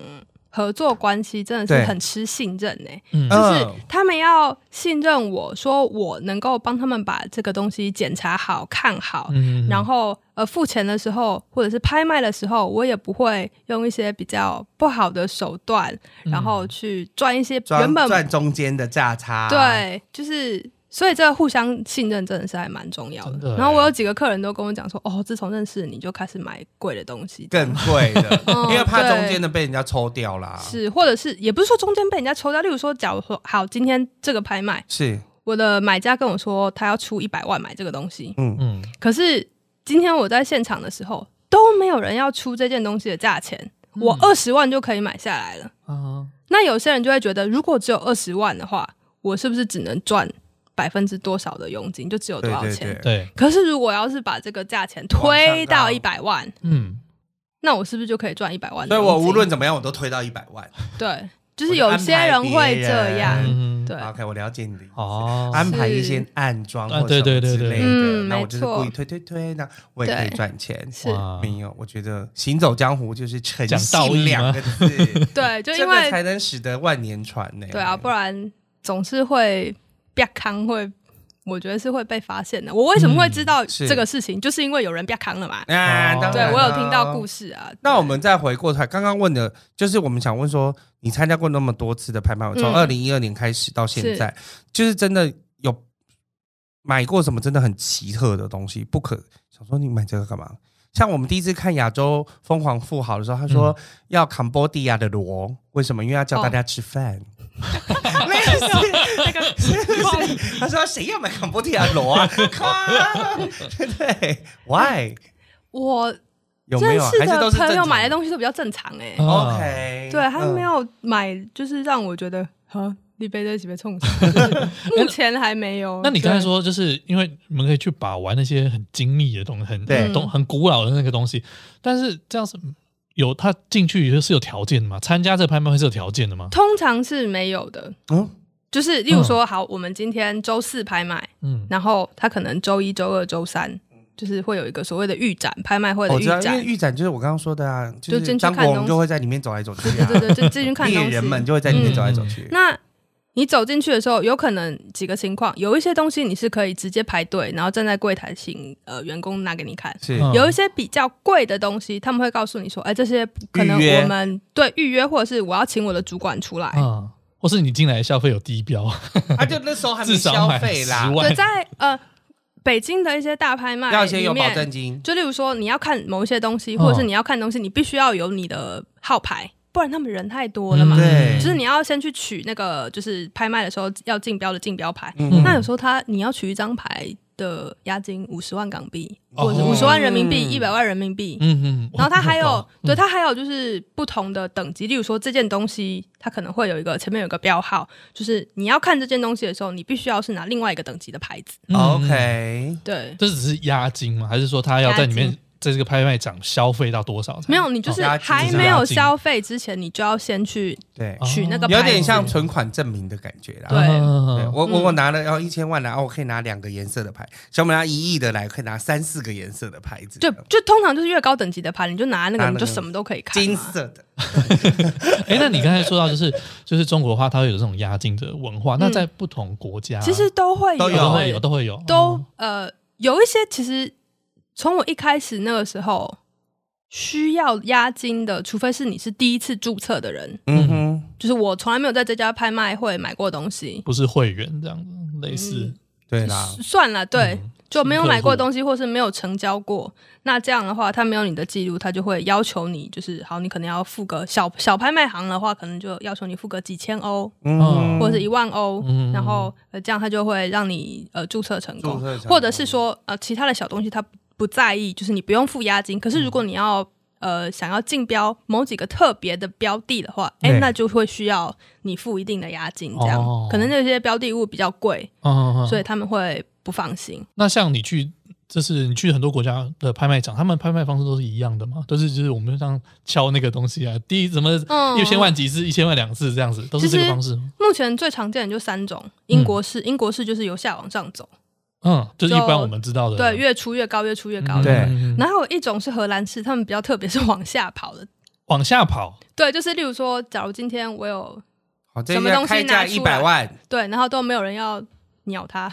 D: 合作关系，真的
C: 对
D: 是很吃信任呢、
B: 嗯
D: 就是
C: 嗯
D: 他们要信任我说我能够帮他们把这个东西检查好、看好，
B: 嗯
D: 然后呃付钱的时候或者是拍卖的时候，我也不会用一些比较不好的手段，然后去赚一些
C: 赚
D: 原本
C: 赚中间的价差，，
D: 对，就是所以这个互相信任真的是还蛮重要
B: 真
D: 的。
B: 的欸
D: 然后我有几个客人都跟我讲说，哦，自从认识你就开始买贵的东西，
C: 更贵的，
D: 嗯
C: 因为怕中间
D: 对
C: 的被人家抽掉啦。
D: 是，或者是也不是说中间被人家抽掉，例如说，假如说好，今天这个拍卖，
C: 是，
D: 我的买家跟我说他要出一百万买这个东西，
C: 嗯，
B: 嗯，
D: 可是今天我在现场的时候都没有人要出这件东西的价钱，
C: 嗯
D: 我二十万就可以买下来了。
B: 啊，
D: 那有些人就会觉得，如果只有二十万的话，我是不是只能赚百分之多少的佣金，就只有多
C: 对
D: 少
C: 对
D: 钱？
C: 对，
B: 对，
D: 可是如果要是把这个价钱推到一百万，
B: 嗯，
D: 那我是不是就可以赚一百万的
C: 所以
D: 佣金？
C: 我无论怎么样，我都推到一百万。
D: 对，就是有些人会
C: 我就
D: 这
C: 安排别
D: 样，
B: 嗯，
D: 对，
C: OK，我了解你的意思。
B: 哦，
C: 安排一些暗装
B: 啊
C: 或
B: 对
C: 什
B: 对
C: 么
B: 对
C: 之
B: 对
C: 类
B: 对
C: 的，
D: 嗯
C: 那我
D: 没
C: 就是故意
D: 错
C: 推推推，那我也可以
D: 对
C: 赚钱。
D: 是
B: 哇
C: 没有，我觉得行走江湖就是诚
B: 讲道义
C: 信两
B: 吗
C: 个字，
D: 对， 就
C: 这
D: 因
C: 个
D: 为
C: 才能使得万年船呢。
D: 对啊，不然总是会啪康会。我觉得是会被发现的。我为什么会知道
C: 嗯是
D: 这个事情，就是因为有人啪康了嘛。
C: 啊，
B: 哦
C: 当
D: 对
C: 然
D: 我有
C: 啦
D: 听到故。事啊。
C: 那
D: 对
C: 我们再回过头来，刚刚问的就是我们想问说，你参加过那么多次的拍卖会，从二
D: 嗯
C: 零一二年开始到现在，就是真的有买过什么真的很奇特的东西？不可想说你买这个干嘛？像我们第一次看亚洲疯狂富豪的时候，他说要坎波迪亚的螺，为什么？因为要叫
D: 哦
C: 大家吃 饭。没 事，那个是是他说谁要买坎波迪亚螺啊？ 靠对，Why
D: 我
C: 有没
D: 认
C: 有啊？
D: 识
C: 还是都
D: 的
C: 是
D: 朋
C: 正
D: 友
C: 常
D: 买的
C: 的
D: 东西都比较正常哎、
B: 啊
C: 哦 OK，
D: 对，他没
C: 嗯
D: 有买，就是让我觉得啊，你被这起被 冲死。
C: 哎
D: 就是目前还没有。
B: 那你刚才
D: 对
B: 说，就是因为你们可以去把玩那些很精密的东西，
D: 嗯
B: 很
C: 对
B: 很东很古老的那个东西，但是这样是有他进去是有条件的吗？参加这拍卖会是有条件的吗？
D: 通常是没有的，
C: 嗯，
D: 就是例如说，好，我们今天周四拍卖，
B: 嗯，
D: 然后他可能周一周二周三就是会有一个所谓的预展拍卖会的
C: 我
D: 预
C: 知道，哦因为
D: 展，
C: 预展就是我刚刚说的啊，
D: 就是进去
C: 张
D: 看
C: 国
D: 东
C: 荣
D: 西
C: 就会在里面走来走去
D: 对
C: 啊，
D: 对对，就进去看
C: 猎
D: 东西嗯
C: 人。们就会在里面走来走去。
D: 那你走进去的时候，有可能几个情况，有一些东西你是可以直接排队，然后站在柜台请呃员工拿给你看。
C: 是
B: 嗯
D: 有一些比较贵的东西，他们会告诉你说：“哎、这些可能
C: 预约嗯
D: 我们对预约，或者是我要请我的主管出来。
B: 啊，或是你进来消费有低标，
C: 啊，就那时候还没
B: 至少
C: 消
B: 买
C: 费
B: 十
C: 啦，
B: 万
D: 对，，在呃北京的一些大拍卖
C: 要
D: 里
C: 先有保
D: 面，
C: 证金。
D: 就例如说你要看某一些东西，
B: 哦
D: 或者是你要看东西，你必须要有你的号牌，不然他们人太多了嘛。
B: 嗯
C: 对
D: 就是你要先去取那个，就是拍卖的时候要竞标的竞标牌。
C: 嗯
D: 那有时候他你要取一张牌的押金五十万港币，
B: 哦
D: 或者五十万人民币、
C: 嗯
D: 一百万人民币。
B: 嗯嗯，
D: 然后它还有
B: 哇，
D: 对，它还有就是不同的等级，例如说这件东西，它可能会有一个前面有一个标号，就是你要看这件东西的时候，你必须要是拿另外一个等级的牌子。
B: 嗯
C: OK，
D: 对，
B: 这只是押金吗？还是说他要在里
D: 押
B: 面
D: 金
B: 在这个拍卖场消费到多少才？
D: 没有，你就
B: 哦
D: 是
C: 押金
D: 还没有消费之前，你就要先去
C: 对，
D: 取那个牌
C: 有
D: 子，
C: 点像存款证明的感觉啦。
D: 对
C: 对
B: 啊
C: 我我
D: 嗯
C: 我拿了要一千万然后我可以拿两个颜色的牌，小美拿一亿的来，可以拿三四个颜色的牌子，
D: 就就通常就是越高等级的牌，你就拿
C: 拿
D: 那个，
C: 那个
D: 你就什么都可以看
C: 金啊
D: 嘛。
C: 色的。
B: 哎，那你刚才说到就是 就是中国的话，它会有这种押金的文化，那
D: 嗯
B: 在不同国家
D: 其实都会
C: 都
D: 有，
C: 有
B: 都会有都会有哦
D: 都呃有一些其实从我一开始那个时候需要押金的，除非是你是第一次注册的人，
C: 嗯哼，
D: 就是我从来没有在这家拍卖会买过东西，
B: 不是会员这样子，类似
D: 嗯
C: 对啦，
D: 算了，对，
B: 嗯
D: 就没有
B: 新客户
D: 买过东西，或是没有成交过。那这样的话，他没有你的记录，他就会要求你，就是好，你可能要付个小小拍卖行的话，可能就要求你付个几千欧、
C: 嗯，
D: 或者是一万欧，
B: 嗯
D: 然后呃，这样他就会让你呃注册成功
C: 注册，成功
D: 或者是说呃其他的小东西他不不在意，就是你不用付押金。可是如
C: 嗯
D: 果你要、呃，想要竞标某几个特别的标的的话，哎、
C: 对
D: 那就会需要你付一定的押金，这样、
B: 哦
D: 可能那些标的物比较贵，
B: 嗯嗯
D: 所以他们会不放心。
B: 那像你去，就是你去很多国家的拍卖场，他们拍卖方式都是一样的嘛？都是就是我们像敲那个东西啊，第一怎么
D: 嗯
B: 一千万几次，一千万两次这样子，都是这个
D: 其实
B: 方式吗。
D: 目前最常见的就三种，英国式，英国式就是由下往上走，
B: 嗯，就是一
D: 就
B: 般我们知道的，
D: 对，越出越高，越出越高
B: 啊嗯
D: 的。
C: 对
B: 嗯嗯
D: 然后有一种是荷兰式，他们比较特别，是往下跑的。
B: 往下跑，
D: 对，就是例如说，假如今天我有
C: 好，这
D: 什么
C: 要
D: 东西
C: 开价
D: 拿出
C: 一百
D: 来
C: 万，
D: 对，然后都没有人要 鸟它，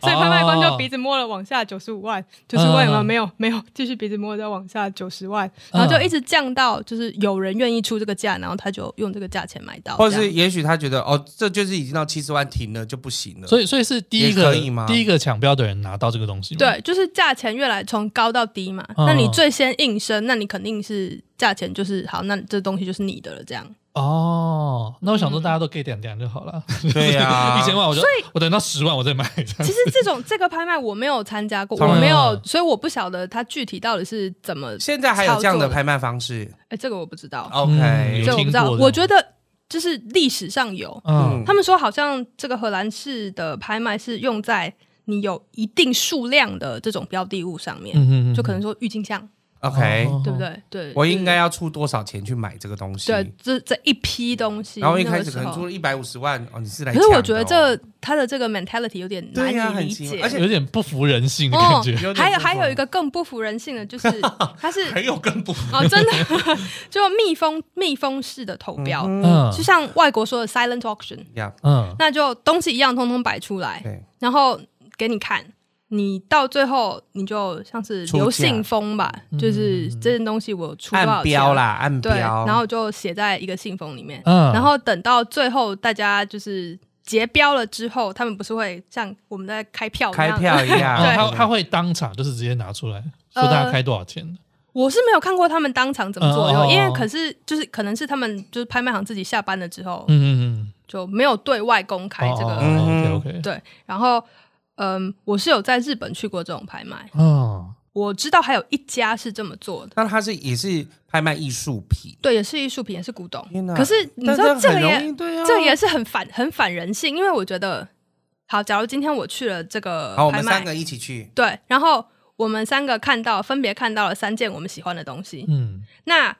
D: 所以拍卖官就鼻子摸了往下九十五万，九十万有没有？
B: 嗯
D: 没有，没有，继续鼻子摸再往下九十万，然后就一直降到就是有人愿意出这个价，然后他就用这个价钱买到，
C: 或
D: 哦这
C: 是
D: 样
C: 也许他觉得哦，这就是已经到七十万停了就不行了，
B: 所
C: 以
B: 以所以是第一
C: 也
B: 个
C: 可以吗
B: 第一个抢标的人拿到这个东西吗？，
D: 对，就是价钱越来从高到低嘛。
B: 嗯
D: 那你最先应声，那你肯定是价钱就是好，那这东西就是你的了，这样。
B: 哦，那我想说
D: 嗯
B: 大家都 get 点点就好了。
C: 对 呀
B: 一千万我就我等到十万我再买。这
D: 其
B: 样
D: 实这种这个拍卖我没有参加过，
C: 从
D: 我
C: 来
D: 没
B: 没有
D: 有，所以我不晓得它具体到底是怎么。
C: 现在还有这样
D: 操作
C: 的
D: 的
C: 拍卖方式
D: 哎，这个我不知道，
B: 嗯
C: ，OK，
D: 这个我不知道。
B: 有听过的
D: 我觉得就是历史上有，
B: 嗯
C: 嗯
D: 他们说好像这个荷兰式的拍卖是用在你有一定数量的这种标的物上面，
B: 嗯嗯，
D: 就可能说郁金香，
C: OK，
B: 哦
D: 对不？对？对，
C: 我应该
D: 要
C: 要出多少钱去买这个东西？
D: 对这这一批东西，
C: 然后一
D: 那
C: 开
D: 个
C: 始
D: 时
C: 可能
D: 候
C: 出了一百五十万哦，你是来
D: 可
C: 抢
D: 是
C: 的哦、
D: 我觉得这他的这个 mentality 有点
C: 对呀
D: 难以
C: 很
D: 理
C: 奇
D: 解，
C: 怪而且
B: 有点不服人性的感觉。
C: 有点
D: 还有
C: 不
D: 还有
C: 懂
D: 一个更不服人性的，就是 它是
C: 还有更不
D: 哦，真的就密封密封式的投标，
B: 嗯
D: 就像外国说的 silent auction，
C: 呀，
B: 嗯
D: 那就东西一样通通摆出来，
C: 对，
D: 然后给你看，你到最后你就像是
C: 出
D: 留
C: 价
D: 信封吧，
B: 嗯
D: 就是这件东西我出多
C: 暗
D: 少钱啊
C: 标，啦，暗
D: 对，
C: 标，
D: 然后就写在一个信封里面，
B: 嗯，
D: 然后等到最后大家就是结标了之后，他们不是会像我们在开票一
C: 开
D: 样？
C: 票一样，
B: 哦
D: 对
B: 他他会当场就是直接拿出来说
D: 呃
B: 大家开多少钱的。
D: 我是没有看过他们当场怎么做，
B: 嗯哦哦哦
D: 因为可是就是可能是他们就是拍卖行自己下班了之后、
B: 嗯嗯嗯，
D: 就没有对外公开这个。
C: 哦
B: OK OK，
D: 对，然后嗯，我是有在日本去过这种拍卖，
B: 嗯
D: 我知道还有一家是这么做的。
C: 那它是也是拍卖艺术品，
D: 对，也是艺术品，也是古董
C: 天。哪！
D: 可是你
C: 但
D: 知道这
C: 很
D: 个也
C: 容易对啊，
D: 这也是很反很反人性，因为我觉得，好，假如今天我去了这个
C: 好，我
D: 拍
C: 们
D: 卖，
C: 三个一起去，
D: 对，然后我们三个看到，分别看到了三件我们喜欢的东西。
B: 嗯
D: 那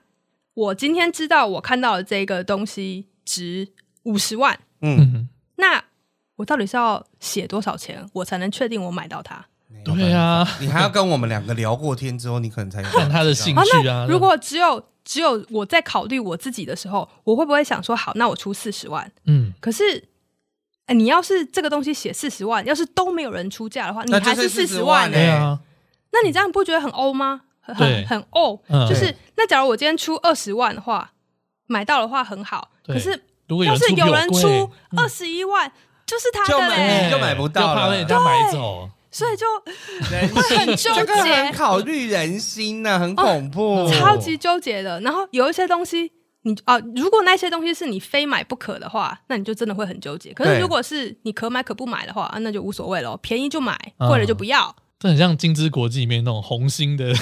D: 我今天知道我看到的这个东西值五十万，
C: 嗯，
B: 嗯，
D: 那我到底是要写多少钱，我才能确定我买到它？
B: 对啊呀，
C: 你还要跟我们两个聊过天之后，你可能才有
B: 看他的兴趣啊。
D: 如果只有只有我在考虑我自己的时候，我会不会想说，好，那我出四十万？
B: 嗯，
D: 可是。哎你要是这个东西写四十万，要是都没有人出价的话，你
C: 那就
D: 还
C: 是
D: 四
C: 40
D: 万
C: 万
D: 呢、
C: 欸
B: 对啊，
D: 那你这样不觉得很欧吗？很
B: 对
D: 很很欧，
B: 嗯
D: 就是那假如我今天出二十万的话，买到的话很好，
B: 对
D: 可是
B: 如果
D: 要是有人
B: 人
D: 出哎二
B: 嗯
D: 十一万，就是他
C: 就
D: 的
C: 买
B: 哎
D: 嘞，
C: 你就买不到
B: 又
C: 了
B: 怕被人家买走。
D: 所以就
C: 人
D: 会很纠
C: 这个很
D: 结，
C: 考虑人心呐、很恐怖，
D: 哦超级纠结的。然后有一些东西。你啊，如果那些东西是你非买不可的话，那你就真的会很纠结。可是
C: 对
D: 如果是你可买可不买的话，啊、那就无所谓咯，便宜就买，
B: 嗯
D: 贵了就不要。
B: 这很像金枝国际里面那种红心的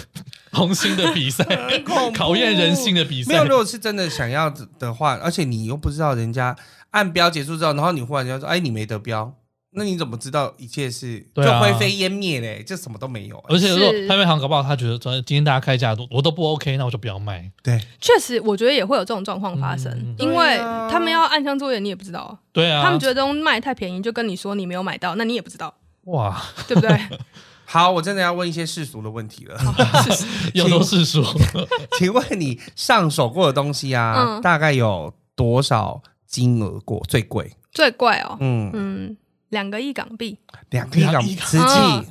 B: 红心的比赛，
C: 恐怖
B: 考验人性的比赛
C: 没有，。如果是真的想要的话，而且你又不知道人家按标结束之后，然后你忽然间说：“哎，你没得
B: 嗯
C: 标。”那你怎么知道一切是
B: 对啊
C: 就灰飞烟灭嘞？就什么都没有、哎
B: 而且如果
D: 是
B: 拍卖行搞不好，他觉得说今天大家开价都我都不 OK，那我就不要卖。
C: 对，
D: 确实，我觉得也会有这种状况发生，
B: 嗯
D: 因
C: 对
D: 为
C: 啊
D: 他们要暗箱作业，你也不知道啊。
B: 对啊，
D: 他们觉得东西卖太便宜，就跟你说你没有买到，那你也不知道，
B: 哇，
D: 对不对？
C: 好，我真的要问一些世俗的问题了。
B: 嗯要都是 说，
C: 请问你上手过的东西啊，
D: 嗯
C: 大概有多少金额过最贵？
D: 最贵哦，
C: 嗯，
D: 嗯，两个亿港币，
C: 两个港
B: 两亿港
C: 瓷
D: 嗯
C: 器，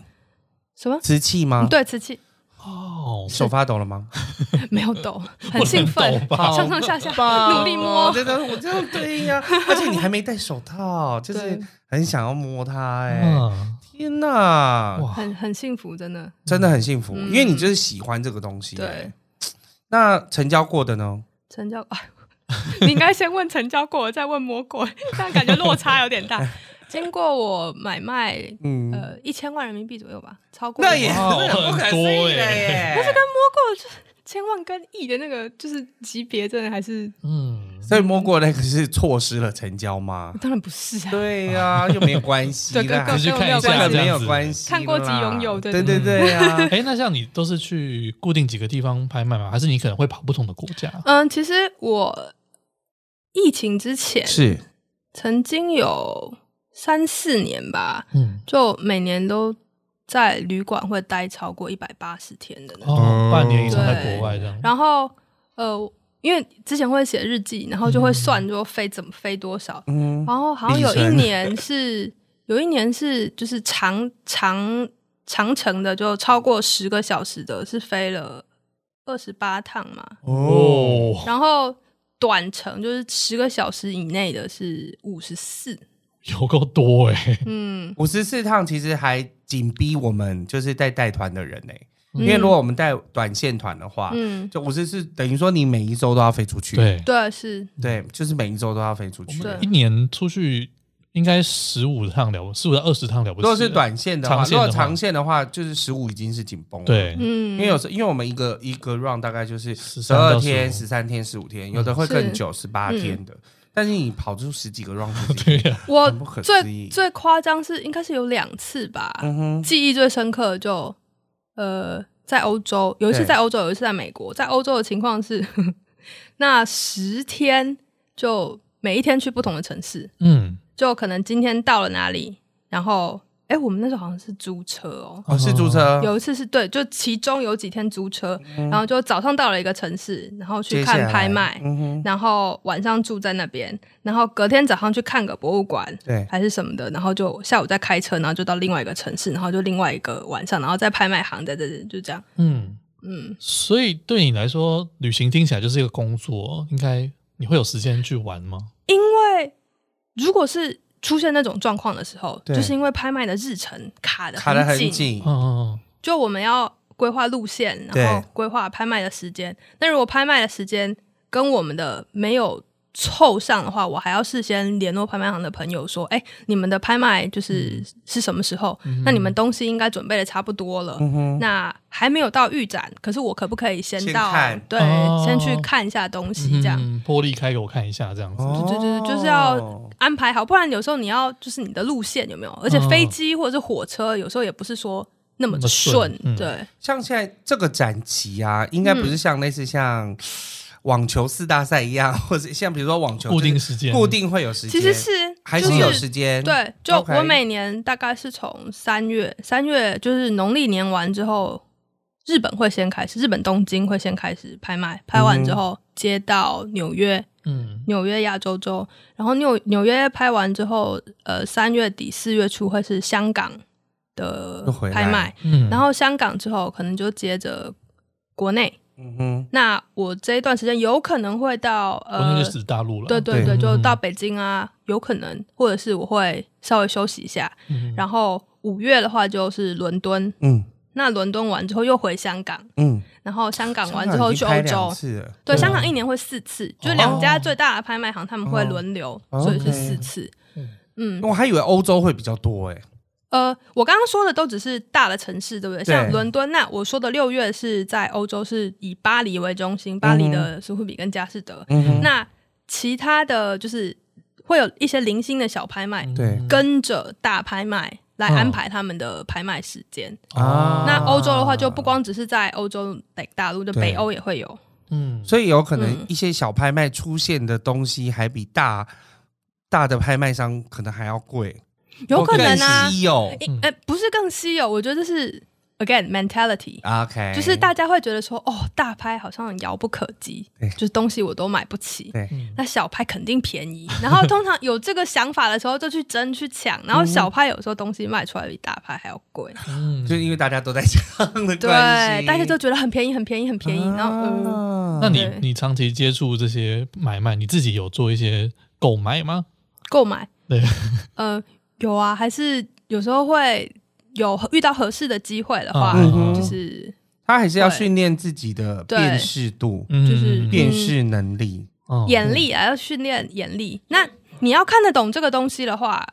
D: 什么？
C: 瓷器吗？，
D: 对，瓷器
B: 哦，
C: 手发抖了吗？
D: 没有 抖，很兴
B: 不能
D: 奋
B: 抖，吧
D: 上上下下
C: 棒
D: 努力摸
C: 哦，真的，我真的对呀、而且你还没戴手套，就是
D: 对
C: 很想要摸它、哎、
B: 嗯，
C: 天哪，
B: 哇，
D: 很很幸福，真的。
C: 真的很幸福，
D: 嗯
C: 因为你就是喜欢这个东西、
D: 对
C: 哎，那成交过的呢？
D: 成交，哎， 你应该先问成交过，再问摸 过，这样感觉落差有点 大。经过我买卖，
C: 嗯，
D: 呃，一千万人民币左右吧，超过
C: 那也
B: 哇
C: 真 的不可思
B: 很多
C: 议
B: 哎
C: 了耶。
D: 摸过就千万跟亿的那个就是级别，真的还是
B: 嗯，
C: 所以摸过那个是错失了成交吗？
D: 当然不是啊。
C: 对呀、 又没有关系
D: 对
C: 啦，
D: 跟
B: 只是看一
C: 这
B: 下
C: 个
B: 这样
C: 没有
B: 子。
C: 关系啦，
D: 看过即拥有对
C: 对对对呀、 啊。
B: 哎，那像你都是去固定几个地方拍卖吗？还是你可能会跑不同的国家？
D: 嗯，其实我疫情之前
C: 是，
D: 曾经有三四年吧，
B: 嗯，
D: 就每年都在旅馆会待超过一百八十天的那种。
B: 哦，
C: 嗯
B: 半年以上在国外这样。
D: 然后呃，因为之前会写日记，然后就会算说飞怎么飞多少，
C: 嗯，
D: 然后好像有
C: 理
D: 一
C: 生
D: 年是。有一年是就是长长长程的，就超过十个小时的，是飞了二十八趟嘛。
C: 哦，
B: 哦，
D: 然后短程就是十个小时以内的是五十四，
B: 有够多哎、
D: 嗯，
C: 五十四趟其实还紧逼我们就是在带团的人呢、欸
D: 嗯
C: 因为如果我们带短线团的话，
D: 嗯，
C: 就五十四等于说你每一周都要飞出去，
B: 对，
D: 对，是
C: 对，就是每一周都要飞出
B: 我
C: 去。
D: 对
B: 们一年出去应该十五趟了，十五到二十趟了不
C: 如
B: 起。
C: 果是，短线的
B: 长
C: 话，
B: 线的
C: 如
B: 话
C: 果长线的话，就是十五已经是紧绷了。。
B: 对，
D: 嗯，
C: 因为有时，因为我们一个一个 round 大概就是十
B: 13到
C: 二天、
B: 15
C: 十三天、十五天，有的会更
D: 是
C: 久，十八
D: 嗯
C: 天的。但是你跑出十几个 round，自 己
B: 对呀、
D: 我
C: 很不可思
D: 哦最
C: 议
D: 最夸张是应该是有两次吧，
C: 嗯哼，
D: 记忆最深刻的就呃在欧洲，有一次
C: 对
D: 在欧洲，有一次在美国。在欧洲的情况是， 那十天就每一天去不同的城市，
B: 嗯，
D: 就可能今天到了哪里，然后哎、诶我们那时候好像是租车哦。
C: 哦，是租车，
D: 有一次是对，就其中有几天租车，然后就早上到了一个城市，然后
C: 嗯
D: 去
C: 接下
D: 看
C: 来
D: 拍卖，
C: 嗯哼，
D: 然后晚上住在那边，然后隔天早上去看个博物馆，
C: 对
D: 还是什么的，然后就下午再开车，然后就到另外一个城市，然后就另外一个晚上，然后再拍卖行，在这里就这样。
B: 嗯，
D: 嗯，
B: 所以对你来说，旅行听起来就是一个工作，应该你会有时间去玩吗？
D: 因为如果是出现那种状况的时候，
C: 对
D: 就是因为拍卖的日程卡的
C: 卡得很紧
B: 嗯，嗯
D: 就我们要规划路线，
C: 对
D: 然后规划拍卖的时间。那如果拍卖的时间跟我们的没有凑上的话，我还要事先联络拍卖行的朋友说，哎、你们的拍卖就是、
C: 嗯
D: 是什么时候？那你们东西应该准备的差不多了。
C: 嗯哼，
D: 那还没有到预展，可是我可不可以先
C: 先
D: 到？
C: 看
D: 对，
B: 哦
D: 先去看一下东西，
B: 嗯，
D: 这样、
B: 嗯玻璃开给我看一下，这样子。
D: 对对对就是要
C: 哦
D: 安排好，不然有时候你要就是你的路线有没有？而且
B: 哦
D: 飞机或者是火车有时候也不是说那么
B: 那么顺
D: 顺，
B: 嗯
D: 对，
C: 像现在这个展期啊，应该不是像类似像网球四大赛一样， 或者像比如说网球
B: 固定
C: 就是
B: 时间
C: 固定会有时
D: 其
C: 间，
D: 实是
C: 还
D: 就是
C: 有时间，
B: 嗯
D: 对，就
C: OK
D: 我每年大概是从三月，三月就是农历年完之后，日本会先开始，日本东京会先开始拍卖，拍完之后接到纽约，
B: 嗯，
D: 纽约亚洲周，然后纽纽约拍完之后，呃，三月底四月初会是香港的
C: 又回来
D: 拍卖，
B: 嗯
D: 然后香港之后可能就接着国内。
C: 嗯哼，
D: 那我这一段时间有可能会到
B: 国内就
D: 呃
B: 是指大陆了。
D: 对对对，
B: 嗯
D: 就到北京啊，有可能，或者是我会稍微休息一下。
B: 嗯
D: 然后五月的话就是伦敦，
C: 嗯
D: 那伦敦完之后又回香港，
C: 嗯，
D: 然后香港完
C: 香
D: 之后
C: 已
D: 去
C: 经
D: 欧
C: 拍两
D: 洲。
C: 次了
D: 对，
B: 对啊
D: 香港一年会四次，就两家最大的拍卖行他们会轮流，
C: 哦
D: 所以是
C: OK
D: 四次。嗯，
C: 我还以为欧洲会比较多哎，
D: 呃，我刚刚说的都只是大的城市，对不对？
C: 对
D: 像伦敦，那我说的六月是在欧洲，是以巴黎为中心，巴黎的苏富比跟佳士得。
C: 嗯哼，
D: 那其他的就是会有一些零星的小拍卖，
C: 对
D: 跟着大拍卖来
C: 哦
B: 嗯
D: 安排他们的拍卖时间。
B: 哦
C: 啊
D: 那欧洲的话，就不光只是在欧洲北大陆，就
C: 对
D: 北欧也会有。
B: 嗯，
C: 所以有可能
D: 嗯
C: 一些小拍卖出现的东西还比大大的拍卖商可能还要贵，
D: 有可能啊
C: 哦更稀有
D: 诶哎、不是更稀有，我觉得这是 again
C: 哎
D: mentality，、
C: ，OK，
D: 就是大家会觉得说，哦，大拍好像遥不可及
C: 对，
D: 就是东西我都买不起
C: 对。
B: 嗯
D: 那小拍肯定便宜，然后通常有这个想法的时候就去争去
C: 嗯
D: 抢，然后小拍有时候东西卖出来比大拍还要 贵，
B: 嗯
C: 就是因为大家都在这样的
D: 对，
C: 关系，
D: 大家就觉得很便宜很便宜很便宜，然后
C: 啊
D: 呃
B: 那你
D: 对
B: 你长期接触这些买卖，你自己有做一些购买吗？
D: 购买，
B: 对，
D: 呃，有啊，还是有时候会有遇到合适的机会的话，
B: 嗯
C: 哼
D: 就是
C: 他还是要
D: 对
C: 训练自己的
D: 对
C: 辨识度、
B: 嗯
D: 就是
B: 嗯
C: 辨识能力。
B: 哦
D: 眼力啊，要训练眼力。那你要看得懂这个东西的话，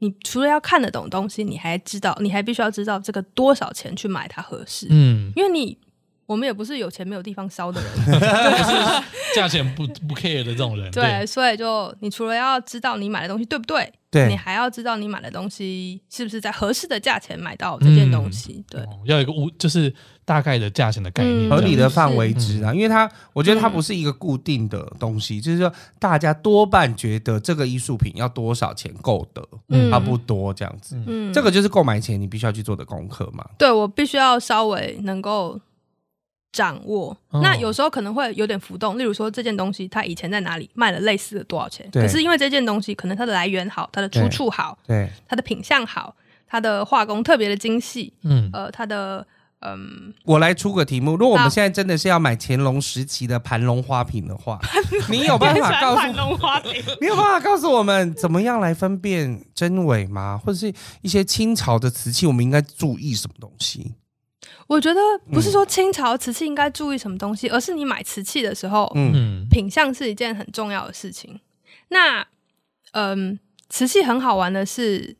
D: 你除了要看得懂东西，你还知道，你还必须要知道这个多少钱去买它合适，
B: 嗯，
D: 因为你我们也不是有钱没有地方烧的人，
B: 价钱不不 care 的这种人，
D: 对，，所以就你除了要知道你买的东西对不对，你
C: 对，
D: 还要知道你买的东西是不是在合适的价钱买到这件东西，对。
B: 哦要有一个无就是大概的价钱的概念，
D: 嗯
C: 合理
B: 这样
C: 的范围值啊，因为它，我觉得它不是一个固定的东
D: 嗯
C: 西，就是说大家多半觉得这个艺术品要多少钱够得，
D: 嗯
C: 差不多这样子。
D: 嗯
C: 这个就是购买前你必须要去做的功课嘛。
D: 对我必须要稍微能够掌握。
B: 哦
D: 那有时候可能会有点浮动，例如说这件东西它以前在哪里卖了类似的多少钱，
C: 对
D: 可是因为这件东西可能它的来源好，它的出
C: 对
D: 处好，
C: 对，
D: 它的品相好，它的画工特别的精细，
B: 嗯，
D: 呃，它的嗯，
C: 我来出个题目：如果我
D: 好
C: 们现在真的是要买乾隆时期的盘龙花瓶的话，你有办法告诉
D: 龙花瓶，
C: 你有办法告诉我们怎么样来分辨真伪吗？或者是一些清朝的瓷器，我们应该注意什么东西？
D: 我觉得不
C: 嗯
D: 是说清朝瓷器应该注意什么东西，而是你买瓷器的时候，
C: 嗯，
B: 嗯
D: 品相是一件很重要的事情。那嗯，瓷器很好玩的是，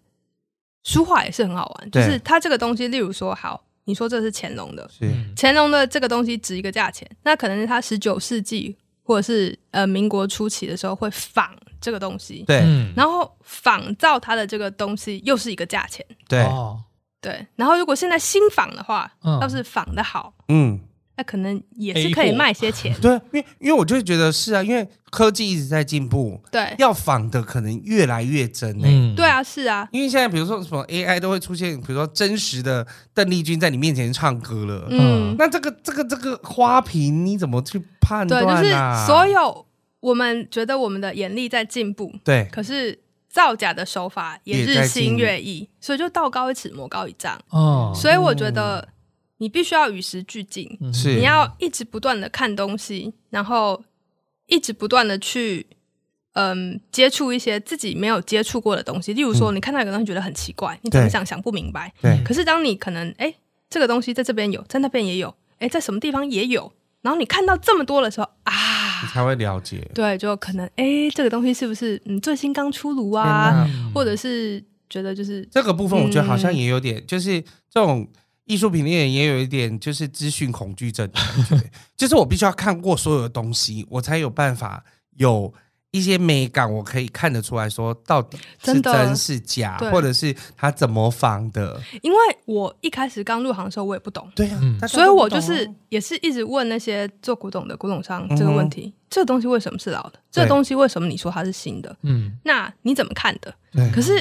D: 书画也是很好玩，就
C: 对
D: 是它这个东西，例如说，好，你说这是乾隆的，
C: 是
D: 乾隆的这个东西值一个价钱，那可能是他十九世纪或者是呃民国初期的时候会仿这个东西，
C: 对、
B: 嗯
D: 然后仿造它的这个东西又是一个价钱。
C: 对，
B: 哦
D: 对，然后如果现在新仿的话，
B: 嗯
D: 要是仿的好，
C: 嗯，
D: 那可能也是可以
B: A 货
D: 卖些钱。
C: 对，因为因为我就觉得是啊，因为科技一直在进步，
D: 对，
C: 要仿的可能越来越真欸
B: 嗯，
D: 对，啊，是啊，
C: 因为现在比如说什么 AI 都会出现，比如说真实的邓丽君在你面前唱歌了，
D: 嗯，
C: 那这个这个这个花瓶你怎么去判
D: 对，
C: 断、
D: 就
C: 啊？
D: 是所有我们觉得我们的眼力在进步，
C: 对
D: 可是造假的手法也
C: 也在
D: 日新
C: 进
D: 月异，所以就道高一尺，魔高一丈。
B: 哦，
D: 所以我觉得你必须要与时俱进，
B: 嗯
C: 是
D: 你要一直不断的看东西，然后一直不断的去。嗯，接触一些自己没有接触过的东西，例如说，你看到一个东西觉得很奇怪，你怎么
C: 嗯对
D: 想想不明白，
C: 对
D: 可是当你可能哎、诶这个东西在这边有，在那边也有，哎、在什么地方也有，然后你看到这么多的时候
C: 你
D: 啊，
C: 才会了解。
D: 对，就可能哎、诶这个东西是不是嗯最新刚出炉
C: 天
D: 啊，
C: 哪
B: 嗯
D: 或者是觉得就是
C: 这个部分我觉得好像
D: 嗯
C: 也有点，就是这种艺术品的人也有一点就是资讯恐惧症的感 觉，就是我必须要看过所有的东西，我才有办法有。一些美感，我可以看得出来说，到底是
D: 真的
C: 真是假，
D: 对
C: 或者是它怎么仿的？
D: 因为我一开始刚入行的时候我也不懂，
C: 对呀、
B: 嗯
C: 大家
D: 所以
C: 都不
D: 我就
C: 懂啊
D: 是也是一直问那些做古董的古董商
C: 嗯
D: 这个问题，这个东西为什么是老的？这个东西为什么你说它是新的？
B: 嗯，
D: 那你怎么看的？
C: 对
D: 可是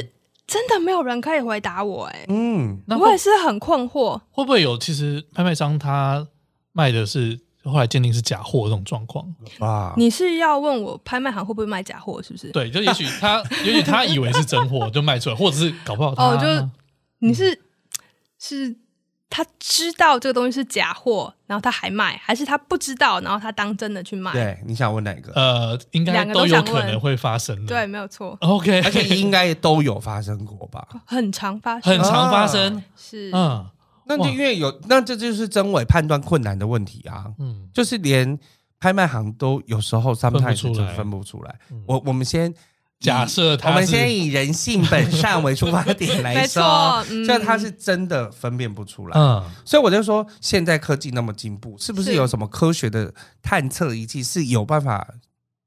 D: 真的没有人可以回答我、诶
C: 嗯，
B: 那
D: 我
B: 会
D: 也是很困惑。
B: 会不会有其实拍卖商他卖的是后来鉴定是假货这种状况？
C: 哇，
D: 你是要问我拍卖行会不会卖假货，是不是？，
B: 对，就也许他 也许他以为是真货就卖出来，或者是搞不好他
D: 哦就你是是他知道这个东西是假货，然后他还卖，还是他不知道，然后他当真的去卖？
C: 对，你想问哪一个？
B: 呃，应该
D: 两个
B: 都
D: 都
B: 有
D: 想
B: 可能
D: 问
B: 会发生的。
D: 对，没有错，
B: ，OK，
C: 而且应该都有发生过 吧？
D: 很常发生
B: 很，常发生。
D: 是
C: 哦
B: 嗯
C: 那就因为有，那这就是真伪判断困难的问题啊。
B: 嗯，
C: 就是连拍卖行都有时候 s o
B: 不
C: m
B: 出
C: e
B: 来
C: 就分不出来
B: 嗯。
C: 我我们先以
B: 假设
C: 我
B: 他
C: 们
B: 是
C: 先以人性本善为出发点 来
D: 没错
C: 说，
D: 嗯
C: 这他是真的分辨不出来。
B: 嗯
C: 所以我就说，现在科技那么进步，是不是
D: 是
C: 有什么科学的探测仪器是有办法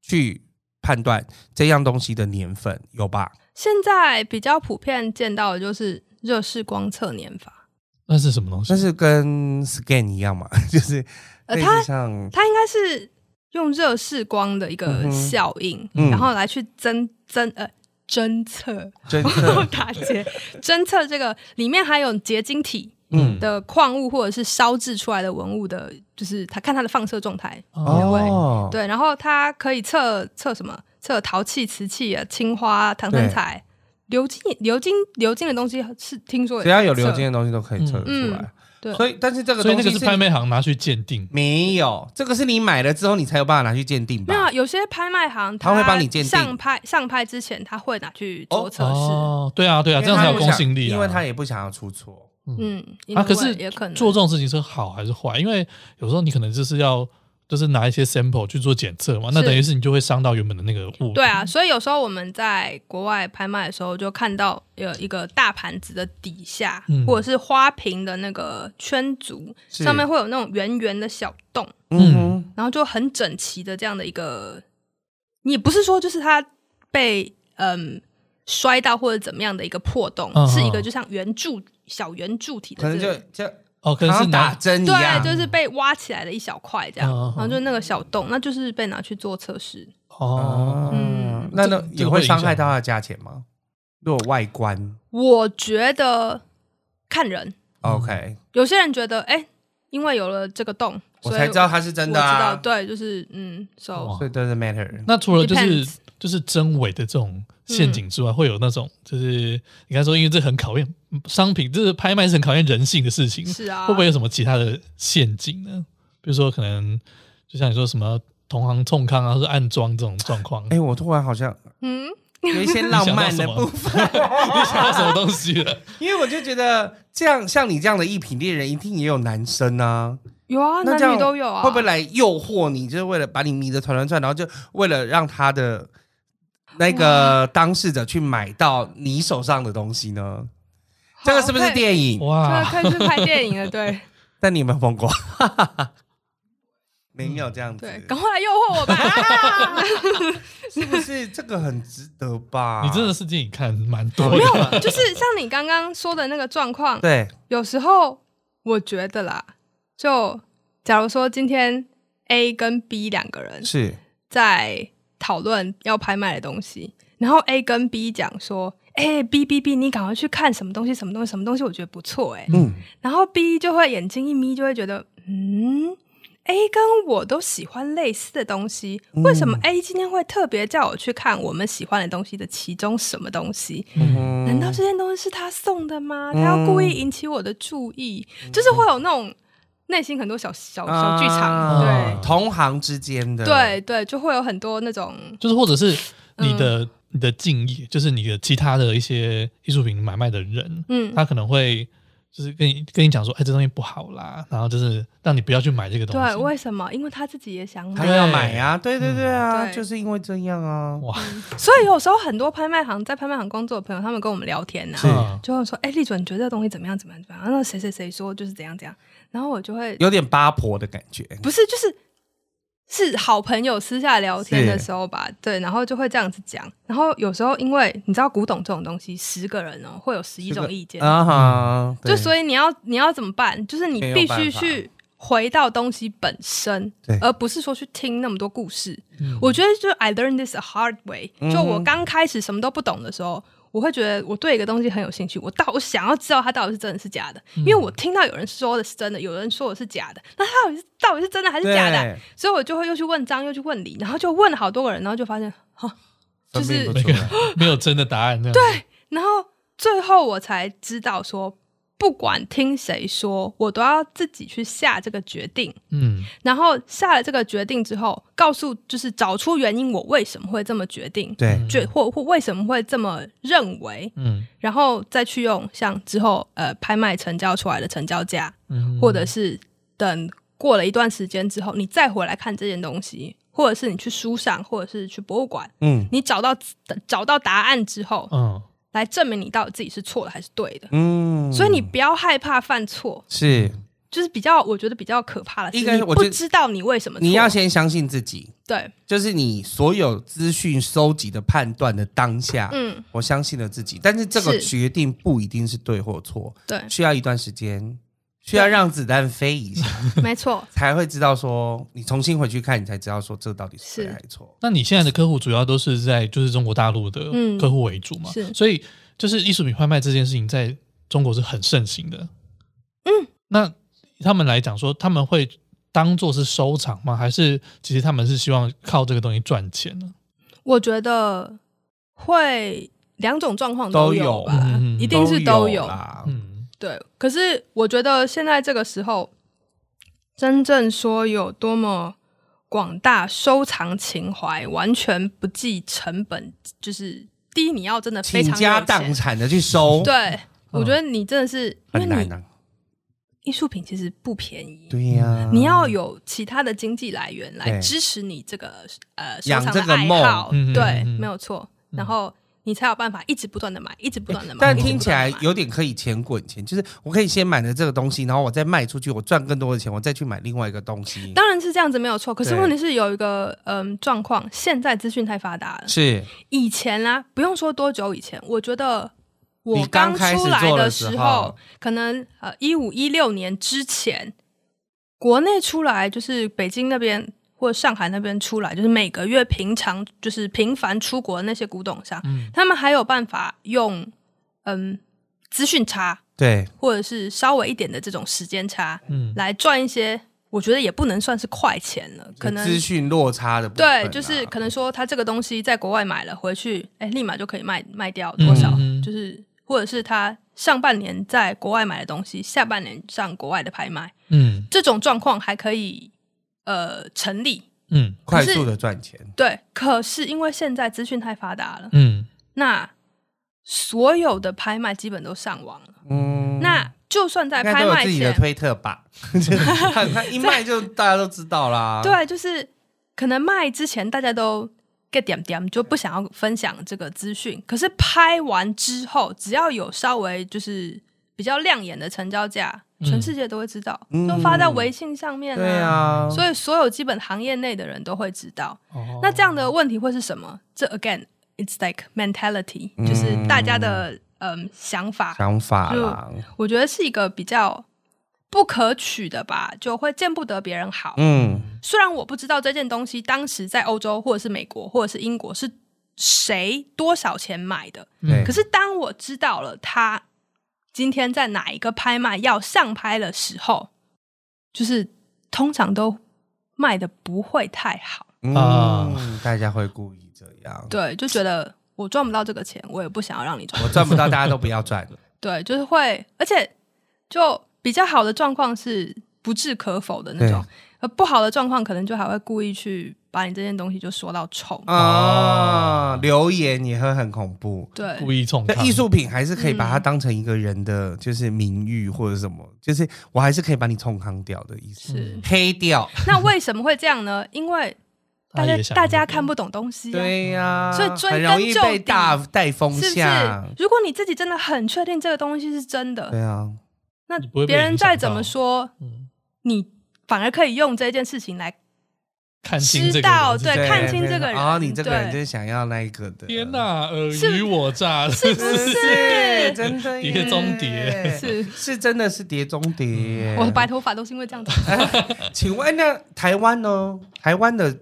C: 去判断这样东西的年份？有吧？
D: 现在比较普遍见到的就是热视光测年法，
B: 那是什么东西
C: 但？是跟 scan 一样嘛， 就是
D: 呃
C: 类
D: 它
C: 似像
D: 它应该是用热视光的一
C: 嗯
D: 个
C: 哼
D: 效应，
C: 嗯
D: 然后来去侦侦呃侦测，
C: 真
D: 我
C: 的，
D: 打结，侦测这个里面含有结晶体，
C: 嗯，
D: 的矿物或者是烧制出来的文物的，就是它看它的放射状态，哎
C: 哦，
D: 对，然后它可以测测什么？测陶器、瓷器啊，青花、唐
C: 对
D: 三彩、鎏金、鎏金、鎏金的东西是听说也
C: 只要有
D: 测
C: 流经，的东西都可以测得出来。
D: 嗯对，
C: 所以，但是这个
B: 嗯所以那
C: 东
B: 个
C: 西
B: 是
C: 是
B: 拍卖行拿去鉴定。
C: 没有，这个是你买了之后你才有办法拿去鉴定
D: 没有
C: 吧
D: 啊？有些拍卖行
C: 它会帮你鉴定
D: 上拍上拍之前，他会拿去做测试，
B: 哦，对啊，对啊，
C: 因
B: 这
C: 为
B: 样
C: 他
B: 才有
C: 不
B: 公
C: 想
B: 信力啊。
C: 因为他也不想要出错。
D: 嗯，因
B: 啊，可
D: 为
B: 是
D: 也可能
B: 做这种事情是好还是坏？因为有时候你可能就是要就是拿一些 sample 去做检测嘛，那
D: 是
B: 等于是你就会伤到原本的那个物品。
D: 对啊，所以有时候我们在国外拍卖的时候，就看到有一个大盘子的底下，
B: 嗯
D: 或者是花瓶的那个圈足
C: 是
D: 上面会有那种圆圆的小洞，
C: 嗯哼，
D: 然后就很整齐的这样的一个，你也不是说就是它被嗯摔到或者怎么样的一个破洞，
B: 嗯
D: 是一
B: 嗯
D: 个就像圆柱小圆柱体的
C: 可能
D: 这
C: 就
D: 个
C: 就
B: 哦，可能
C: 好
B: 是
C: 像打
B: 拿
C: 针一样，
D: 对，就是被挖起来的一小块这样，
B: 嗯嗯嗯
D: 然后就那个小洞，那就是被拿去做测试。
B: 哦，
C: 哦
D: 嗯，
C: 那那
B: 这
C: 也
B: 这会
C: 会
B: 影响嗯
C: 伤害到他的价钱吗？如果外观
D: 我觉得看人，
C: ，OK，
D: 有些人觉得，哎、因为有了这个洞，
C: 我
D: 所以
C: 才知道它是真的
D: 我知道，
C: 啊。哦
D: 对，就是嗯，so
B: 哇
C: 所以 doesn't matter。
B: 那除了就是
D: Depends
B: 就是真伪的这种陷阱之外，会有那种就是你刚才说，因为这很考验商品，这是拍卖是很考验人性的事情，
D: 是啊，
B: 会不会有什么其他的陷阱呢？比如说可能就像你说什么同行冲康啊，或是暗装这种状 况，
C: 哎，我突然好像
D: 嗯，
C: 有一些浪漫的部分，
B: 你想到什么东西了？
C: 因为我就觉得这样像你这样的一品猎人，一定也有男生啊，
D: 有啊，
C: 那
D: 男
C: 这样
D: 女都有啊，
C: 会不会来诱惑你？就是为了把你迷得团团转，然后就为了让他的那个当事者去买到你手上的东西呢？
D: 好
C: 这个是不是
D: 可以
C: 电影？
B: 哇，
D: 对，可以啊去拍电影了，对
C: 但你有没有碰 过？没有这样子，
D: 嗯对，赶快来诱惑我吧！
C: 是不是这个很值得吧？
B: 你真的是电影看蛮多
C: 没
B: 的，
C: 有，
D: 就是像你刚刚说的那个状况，
C: 对，
D: 有时候我觉得啦，就假如说今天 A 跟 B 两个人
C: 是
D: 在讨论要拍卖的东西，然后 A 跟 B 讲说：“哎、b B B，你赶快去看什么东西，什么东西，什么东西，我觉得不错。”哎，
C: 嗯，
D: 然后 B 就会眼睛一眯，就会觉得，嗯，A 跟我都喜欢类似的东西，为什么 A 今天会特别叫我去看我们喜欢的东西的其中什么东西？
C: 嗯
D: 难道这件东西是他送的吗？他要故意引起我的注意，就是会有那种内心很多小小小剧场，
C: 啊
B: 对
C: 同行之间的，
D: 对对对，就会有很多那种
B: 就是或者是你的、
D: 嗯
B: 你的敬业，就是你的其他的一些艺术品买卖的人，
D: 嗯
B: 他可能会就是跟你跟你讲说，哎，这东西不好啦，然后就是让你不要去买这个东西。
D: 对，为什么？因为他自己也想
C: 他
D: 买。
C: 要买啊，对对对啊，
D: 对
C: 就是因为这样啊，
B: 哇，
D: 所以有时候很多拍卖行在拍卖行工作的朋友，他们跟我们聊天呢、啊
C: 是
B: 嗯
D: 就会说：“哎、丽准，你觉得这个东西怎么样？怎么样？怎么样？”那谁谁谁说就是怎样怎样，然后我就会
C: 有点八婆的感觉，
D: 不是就是是好朋友私下聊天的时候吧，对，然后就会这样子讲。然后有时候因为你知道古董这种东西，十个人哦、会有十一种意见，
C: 啊哈，
D: 就所
C: 以
D: 以你要你要怎么办？就是你
C: 没有
D: 必
C: 办
D: 须
C: 法
D: 去回到东西本身
C: 对，
D: 而不是说去听那么多故事。
B: 嗯
D: 我觉得就 I learned this a hard way，、就
C: 嗯
D: 我刚开始什么都不懂的时候。我会觉得我对一个东西很有兴趣，我到我想要知道它到底是真的是假的，
C: 嗯
D: 因为我听到有人说的是真的，有人说的是假的，那它到底是到底是真的还是假的？
C: 对，
D: 所以我就会又去问张，又去问李，然后就问了好多个人，然后就发现，哈，就
C: 分
D: 是
C: 辨不
B: 那
C: 出来
B: 个没有真的答案，对，
D: 然后最后我才知道说，不管听谁说，我都要自己去下这个决定。
B: 嗯，
D: 然后下了这个决定之后，告诉就是找出原因，我为什么会这么决定，
C: 对，
D: 决或或为什么会这么认为，
B: 嗯
D: 然后再去用像之后呃拍卖成交出来的成交价，
B: 嗯，
D: 或者是等过了一段时间之后，你再回来看这件东西，或者是你去书上，或者是去博物馆，
C: 嗯
D: 你找到找到答案之后，
B: 嗯，
D: 来证明你到底自己是错的还是对的。
C: 嗯，
D: 所以你不要害怕犯错，
C: 是
D: 就是比较我觉得比较可怕的是，
C: 应该
D: 你
C: 我觉
D: 不
C: 得
D: 知道你为什么错
C: 你要先相信自己，
D: 对，
C: 就是你所有资讯收集的判断的当下，
D: 嗯，
C: 我相信了自己，但是这个
D: 是嗯
C: 决定不一定是对或错，
D: 对，
C: 需要一段时间，需要让子弹飞一 下，
D: 没错，
C: 才会知道说你重新回去看，你才知道说这到底是对
D: 是
C: 还是错。
B: 那你现在的客户主要都是在就是中国大陆的
D: 嗯
B: 客户为主嘛？
D: 是
B: 所以就是艺术品拍卖这件事情在中国是很盛行的。
D: 嗯，
B: 那他们来讲说，他们会当做是收藏吗？还是其实他们是希望靠这个东西赚钱呢？
D: 我觉得会两种状况
C: 都
D: 有
C: 有
D: 吧，
B: 嗯嗯嗯
D: 啊一定是
C: 都
D: 都有，
C: 啦，
B: 嗯，
D: 对，可是我觉得现在这个时候，真正说有多么广大收藏情怀，完全不计成本，就是第一，你要真的非
C: 倾
D: 常
C: 家
D: 有
C: 荡
D: 钱，
C: 产的去收，
D: 对。我觉得你真的是，因为
C: 很难
D: 你
C: 啊。
D: 艺术品其实不便宜，
C: 对呀、
D: 你要有其他的经济来源来
C: 对
D: 支持你这个呃收
C: 养
D: 藏
C: 这个
D: 的爱
C: 梦
D: 好，
B: 嗯嗯
D: 对，
B: 嗯嗯
D: 没有错。然后你才有办法一直不断的买，一直不断的买。
C: 但
D: 一直不
C: 听起
D: 断
C: 来
D: 地买
C: 有点可以钱滚钱，就是我可以先买了这个东西，然后我再卖出去，我赚更多的钱，我再去买另外一个东西。
D: 当然是这样子没有错，可是
C: 对
D: 问题是有一个嗯状况，现在资讯太发达了。
C: 是
D: 以前啦、不用说多久以前，我觉得我
C: 你刚开始
D: 出来
C: 做的
D: 时
C: 时
D: 候
C: 候，
D: 可能呃一五一六年之前，国内出来就是北京那边或上海那边出来，就是每个月平常就是频繁出国的那些古董商，
B: 嗯
D: 他们还有办法用嗯资讯差
C: 对，
D: 或者是稍微一点的这种时间差，
B: 嗯
D: 来赚一些我觉得也不能算是快钱了，可能
C: 资讯落差的部分啊、
D: 对，就是可能说他这个东西在国外买了回去，哎、立马就可以卖卖掉多少，
B: 嗯
D: 就是或者是他上半年在国外买的东西，下半年上国外的拍卖，
B: 嗯
D: 这种状况还可以呃成立。
B: 嗯
C: 快
D: 可是
C: 速的赚钱，
D: 对，可是因为现在资讯太发达了，
B: 嗯
D: 那所有的拍卖基本都上网了，
C: 嗯，
D: 那就算在
C: 应该
D: 拍
C: 都有
D: 卖
C: 自己的
D: 前，
C: 推特 吧， 很快一卖就大家都知道啦。，
D: 对，啊就是可能卖之前大家都 get 点点，就不想要分享这个资讯。可是拍完之后，只要有稍微就是比较亮眼的成交价，全世界都会知道，
C: 嗯
D: 就发在微信上面
C: 对啊，
D: 所以所有基本行业内的人都会知道。
B: 哦
D: 那这样的问题会是什么？这 again it's like mentality，、就是大家的嗯想法。
C: 嗯想法啦，
D: 我觉得是一个比较不可取的吧，就会见不得别人好。
C: 嗯，
D: 虽然我不知道这件东西当时在欧洲或者是美国或者是英国是谁多少钱买的，
B: 嗯
C: 对，
D: 可是当我知道了它今天在哪一个拍卖要上拍的时候，就是通常都卖的不会太好，
B: 啊
C: 嗯，大家会故意这样，
D: 对，就觉得我赚不到这个钱，我也不想要让你赚
C: 我，赚不到，大家都不要赚。
D: 对，就是会，而且就比较好的状况是不置可否的那种，呃，不好的状况可能就还会故意去把你这件东西就说到臭，
C: 啊，留言也会很恐怖。
D: 对，
B: 故意冲
C: 那
B: 康
C: 艺术品还是可以把它
D: 嗯
C: 当成一个人的，就是名誉或者什么，就是我还是可以把你冲康掉的意思，
D: 是。
C: 黑掉。
D: 那为什么会这样呢？因为大
B: 他
D: 家
B: 也想
D: 大家看不懂东西、啊，
C: 对呀、
D: 所以追根
C: 很容易被
D: 究底
C: 大带风
D: 是不是
C: 向。？
D: 如果你自己真的很确定这个东西是真的，
C: 对啊，
D: 那
B: 你不会被
D: 别人
B: 影响
D: 再怎
B: 到
D: 么说，
B: 嗯
D: 你反而可以用这件事情来。
B: 看清这
D: 知
B: 个
D: 道
B: 人
D: 对看清这个人
C: 啊、哦，你这个人
D: 对
C: 就是想要那一个的。
B: 天，哪，尔
D: 是
B: 虞我诈，
D: 是不
C: 真的是真的耶
B: 碟中谍
D: 是
C: 是真的是碟中谍耶。
D: 我的白头发都是因为 这样子。
C: 请问那台湾呢？台湾的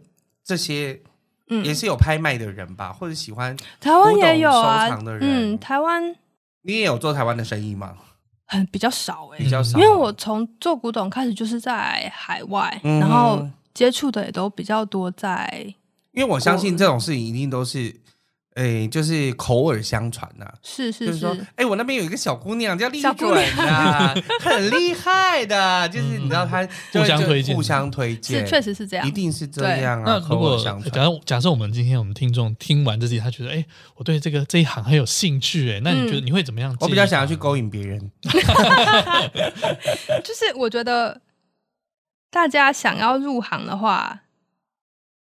C: 这些
D: 嗯
C: 也是有拍卖的人吧，或者喜欢
D: 台湾也有
C: 古董收
D: 啊
C: 藏的，人
D: 嗯，台湾
C: 你也有做台湾的生意吗？
D: 很比较少哎、
C: 比较少，
D: 因为我从做古董开始就是在海外，
C: 嗯
D: 然后接触的也都比较多在
C: 因为我相信这种事情一定都是，诶、就是口耳相传呐、
D: 是是
C: 就是
D: 是
C: 说，哎、我那边有一个小姑娘叫丽
D: 小
C: 准
D: 姑娘嗯
C: 啊， 很厉害的，就是你知道她就会
B: 互相推荐
C: 就互相推荐，
D: 是确实是这样
C: 一。定是这样啊。
B: 那如
C: 口
B: 果
C: 耳相传
B: 假设假设我们今天我们听众听完这集，他觉得哎、我对这个这一行很有兴趣哎、那你觉
D: 嗯
B: 得你会怎么样建议他？
C: 我比较想要去勾引别人，
D: 就是我觉得大家想要入行的话，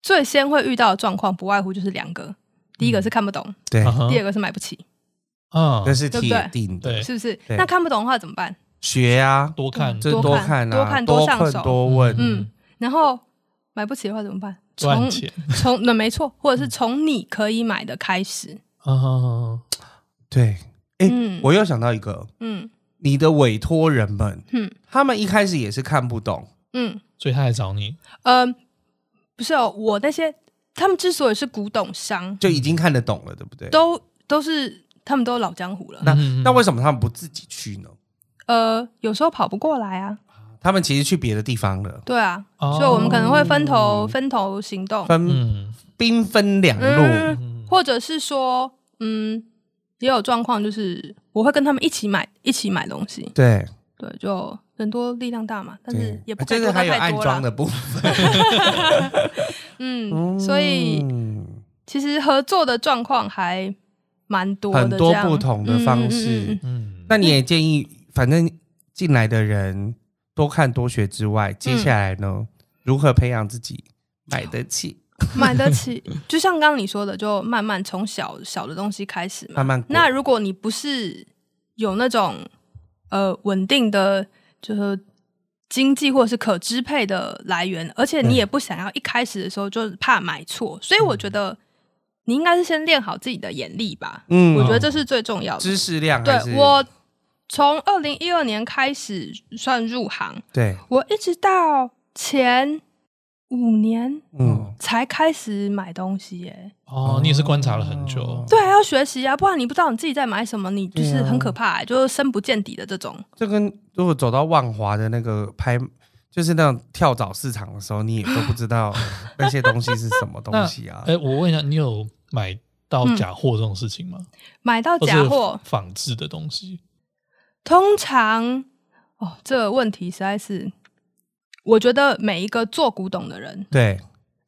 D: 最先会遇到的状况不外乎就是两个，第一个是看不懂，
C: 对
B: 啊，哈，
D: 第二个是买不起，
B: 啊
C: 这，是
D: 对不
C: 铁
D: 对
C: 定的
B: 对，
D: 是不是？
C: 对
D: 那看不懂的话怎么办？
C: 学啊，
B: 多看
C: 这
D: 嗯多
C: 多
D: 看
C: 看
D: 多
C: 啊，
D: 看多上
C: 困
D: 手
C: 多问，
D: 嗯，然后买不起的话怎么办？从
B: 赚钱
D: 从那没错，或者是从你可以买的开始。
B: 啊，哈
C: 对。哎、
D: 嗯
C: 我又想到一个，
D: 嗯
C: 你的委托人们，
D: 嗯
C: 他们一开始也是看不懂，
D: 嗯
B: 所以他来找你，
D: 嗯，不是哦，我那些他们之所以是古董商，
C: 就已经看得懂了，对不对？
D: 都都是他们都老江湖了。
C: 那
B: 嗯
C: 那为什么他们不自己去呢？
D: 呃，有时候跑不过来啊，
C: 他们其实去别的地方了，
D: 对啊，
B: 哦
D: 所以我们可能会分头分头行动，
C: 分
B: 嗯
C: 兵分两路。
D: 嗯，或者是说，嗯，也有状况就是我会跟他们一起买一起买东西，
C: 对，
D: 对，就人多力量大嘛，但是
C: 对
D: 也不可
C: 就
D: 以
C: 是
D: 多
C: 还
D: 得
C: 有
D: 太
C: 暗
D: 多
C: 装
D: 了，
C: 的部哦分，
D: 嗯， 所以
C: 嗯
D: 其实合作的状况还蛮多的，
C: 很多
D: 这样
C: 不同的方式。
D: 嗯嗯嗯嗯
B: 嗯，
C: 那你也建议，反正进来的人多看多学之外，接下来
D: 嗯
C: 呢，如何培养自己买得起，
D: 买得起，就像刚刚你说的，就慢慢从小小的东西开始嘛。
C: 慢慢滚
D: 那如果你不是有那种呃稳定的，就是呃经济或者是可支配的来源，而且你也不想要一开始的时候就是怕买错，所以我觉得你应该是先练好自己的眼力吧。
C: 嗯
D: 我觉得这是最重要的。
C: 知识量还是
D: 对我从二零一二年开始算入行，
C: 对，
D: 我一直到前五年
C: 嗯，
D: 才开始买东西耶、
B: 哦，你也是观察了很
C: 哦
B: 久，
D: 对啊，要学习啊，不然你不知道你自己在买什么，你就是
C: 对啊
D: 很可怕、欸，就是深不见底的这种。
C: 这跟如果走到万华的那个拍，就是那种跳蚤市场的时候，你也都不知道那些东西是什么东西啊
B: 哎、。我问一下，你有买到假货这种事情吗？
D: 买到
B: 或
D: 嗯假
B: 是
D: 货，
B: 仿制的东西，
D: 通常哦，这个问题实在是，我觉得每一个做古董的人，
C: 对，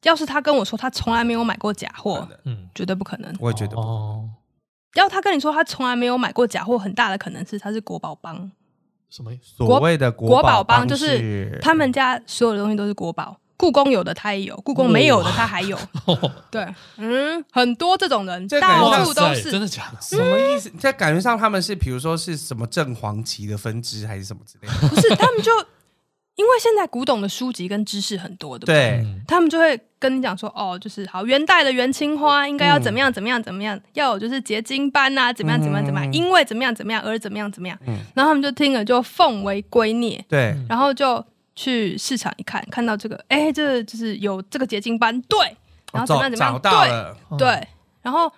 D: 要是他跟我说他从来没有买过假货，
B: 嗯，
D: 绝对不可能。
C: 我也觉得不
B: 哦，
D: 要他跟你说他从来没有买过假货，很大的可能是他是国宝帮，
B: 什么意思？
C: 所谓的
D: 国宝帮
C: 帮
D: 就是他们家所有的东西都是国宝。故宫有的他也有，故宫没有的他还有。对，嗯，很多这种人
C: 这感觉
D: 到
B: 哇
D: 处都
B: 塞，
D: 是
B: 真的假的？
C: 什么意思？在感觉上他们是，比如说是什么正黄旗的分支还是什么之类的？
D: 不是，他们就因为现在古董的书籍跟知识很多，对不对？
C: 对，
B: 嗯
D: 他们就会跟你讲说，哦，就是好，元代的元青花应该要
C: 嗯
D: 怎么样怎么样怎么样，要有就是结晶斑啊，怎么样怎么样怎么样，
C: 嗯
D: 因为怎么样怎么样而怎么样怎么样，
C: 嗯
D: 然后他们就听了就奉为圭臬，
C: 对，哦
B: 嗯
D: 然后就去市场一看，看到这个，哎，这就是有这个结晶斑，对，然后
C: 我找
D: 怎么样怎么
C: 找
D: 样，
C: 哦到了，
B: 嗯
D: 对对，然后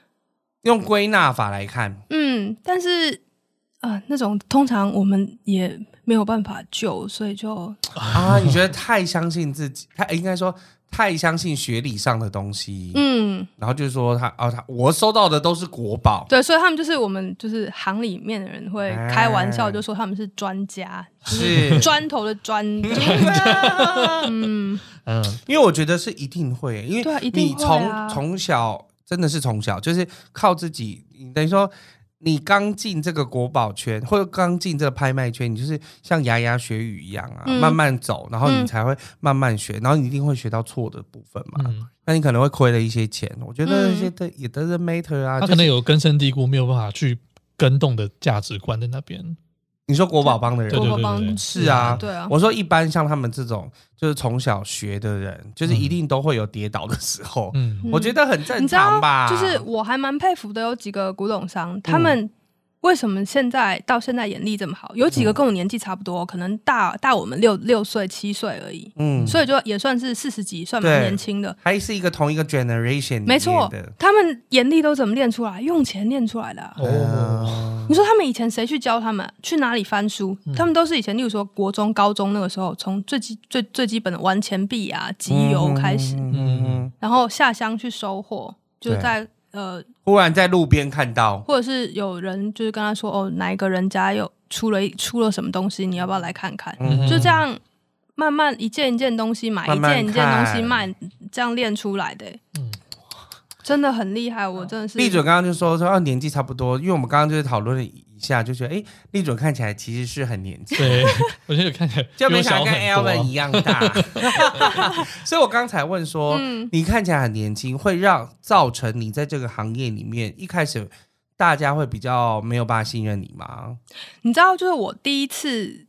C: 用归纳法来看，
D: 嗯，但是呃，那种通常我们也没有办法救，所以就
C: 啊，你觉得太相信自己，太应该说太相信学理上的东西，
D: 嗯，
C: 然后就说他哦，他我收到的都是国宝，
D: 对，所以他们就是我们就是行里面的人会开玩笑，
C: 哎
D: 就说他们是专家，
C: 是啊
D: 砖头的 砖，嗯，
B: 嗯，
C: 因为我觉得是一定会，因
D: 对啊
C: 为
D: 一定
C: 你
D: 会
C: 从、
D: 啊
C: 从小真的是从小就是靠自己，你等于说你刚进这个国宝圈或者刚进这个拍卖圈，你就是像牙牙学语一样啊，
D: 嗯
C: 慢慢走，然后你
D: 嗯
C: 才会慢慢学，然后你一定会学到错的部分嘛。
B: 嗯
C: 那你可能会亏了一些钱，我觉得
D: 嗯
C: 那些的也都是 matter 啊。
B: 他
C: 就
B: 可能
C: 是
B: 有根深蒂固，没有办法去跟动的价值观在那边。
C: 你说国宝帮的人
B: 对
D: 国
B: 对
D: 宝
B: 对对
D: 帮
B: 对，
C: 是啊，
D: 对啊，
C: 我说一般像他们这种就是从小学的人，就是一
B: 嗯
C: 定都会有跌倒的时候，
B: 嗯，
C: 我觉得很正
D: 你知道
C: 常吧。嗯
D: 就是我还蛮佩服的，有几个古董商，他们为什么现在到现在眼力这么好？有
C: 嗯
D: 几个跟我年纪差不多，可能大大我们六六岁七岁而已，
C: 嗯
D: 所以就也算是四十几，算蛮
C: 对
D: 年轻的。
C: 还是一个同一个 generation，里
D: 没错
C: 面的，
D: 他们眼力都怎么练出来？用钱练出来的啊、
B: 哦，
D: 你说他们以前谁去教他们？去哪里翻书？
C: 嗯
D: 他们都是以前，例如说国中、高中那个时候，从最基最最基本的玩钱币啊、集邮开始，
C: 嗯嗯嗯
D: 然后下乡去收货，就
C: 对
D: 在呃，
C: 忽然在路边看到，
D: 或者是有人就是跟他说哦，哪一个人家有出了一出了什么东西，你要不要来看看？
C: 嗯
D: 就这样慢慢一件一件东西买，
C: 慢慢
D: 一件一件东西
C: 看
D: 卖，这样练出来的、
B: 嗯
D: 真的很厉害，我真的是
C: 丽准刚刚就说说、啊、年纪差不多，因为我们刚刚就是讨论了一下，就觉得哎，丽准看起来其实是很年 轻。
B: 对，我觉得看起来
C: 就
B: 比
C: 没
B: 我
C: 想
B: 小
C: 到跟
B: 很多
C: Alvin
B: 啊
C: 一样大，所以我刚才问说，
D: 嗯
C: 你看起来很年轻，会让造成你在这个行业里面一开始大家会比较没有办法信任你吗？
D: 你知道，就是我第一次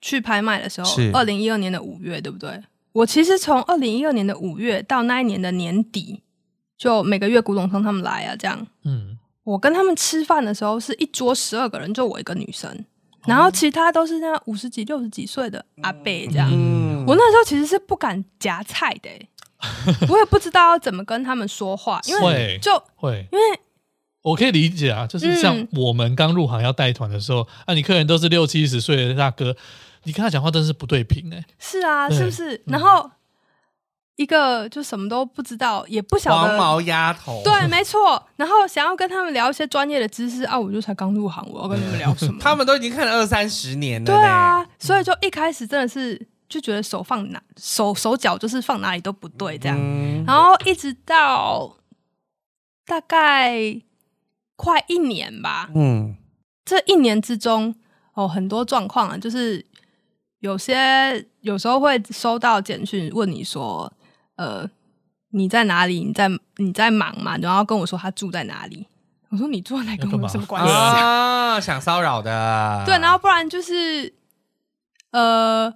D: 去拍卖的时候
C: 是，
D: 二零一二年的五月，对不对？我其实从二零一二年的五月到那一年的年底，就每个月古董商他们来啊，这样
B: 嗯，
D: 我跟他们吃饭的时候是一桌十二个人，就我一个女生，然后其他都是那五十几、六十几岁的阿伯这样。
C: 嗯，
D: 我那时候其实是不敢夹菜的、欸我也不知道要怎么跟他们说话，因为
B: 会
D: 就
B: 会，
D: 因为
B: 我可以理解啊，就是像
D: 嗯
B: 我们刚入行要带团的时候，啊，你客人都是六七十岁的大哥，你跟他讲话真是不对平哎，
D: 是啊，
B: 对
D: 是不是？然后一个就什么都不知道，也不晓
C: 黄
D: 得，
C: 毛丫头，
D: 对，没错。然后想要跟他们聊一些专业的知识啊，我就才刚入行，我要跟你们聊什 么？
C: 他们都已经看了二三十年了，
D: 对，啊，所以就一开始真的是就觉得手放哪手手脚就是放哪里都不对这样，
C: 嗯，
D: 然后一直到大概快一年吧，
C: 嗯，
D: 这一年之中，哦，很多状况啊，就是有些有时候会收到简讯问你说，呃，你在哪里？你在你在忙吗？然后跟我说他住在哪里。我说你住在哪里
B: 要
D: 跟
B: 干嘛
D: 我有什么关系？
C: 啊，想骚扰的，
D: 对，然后不然就是呃，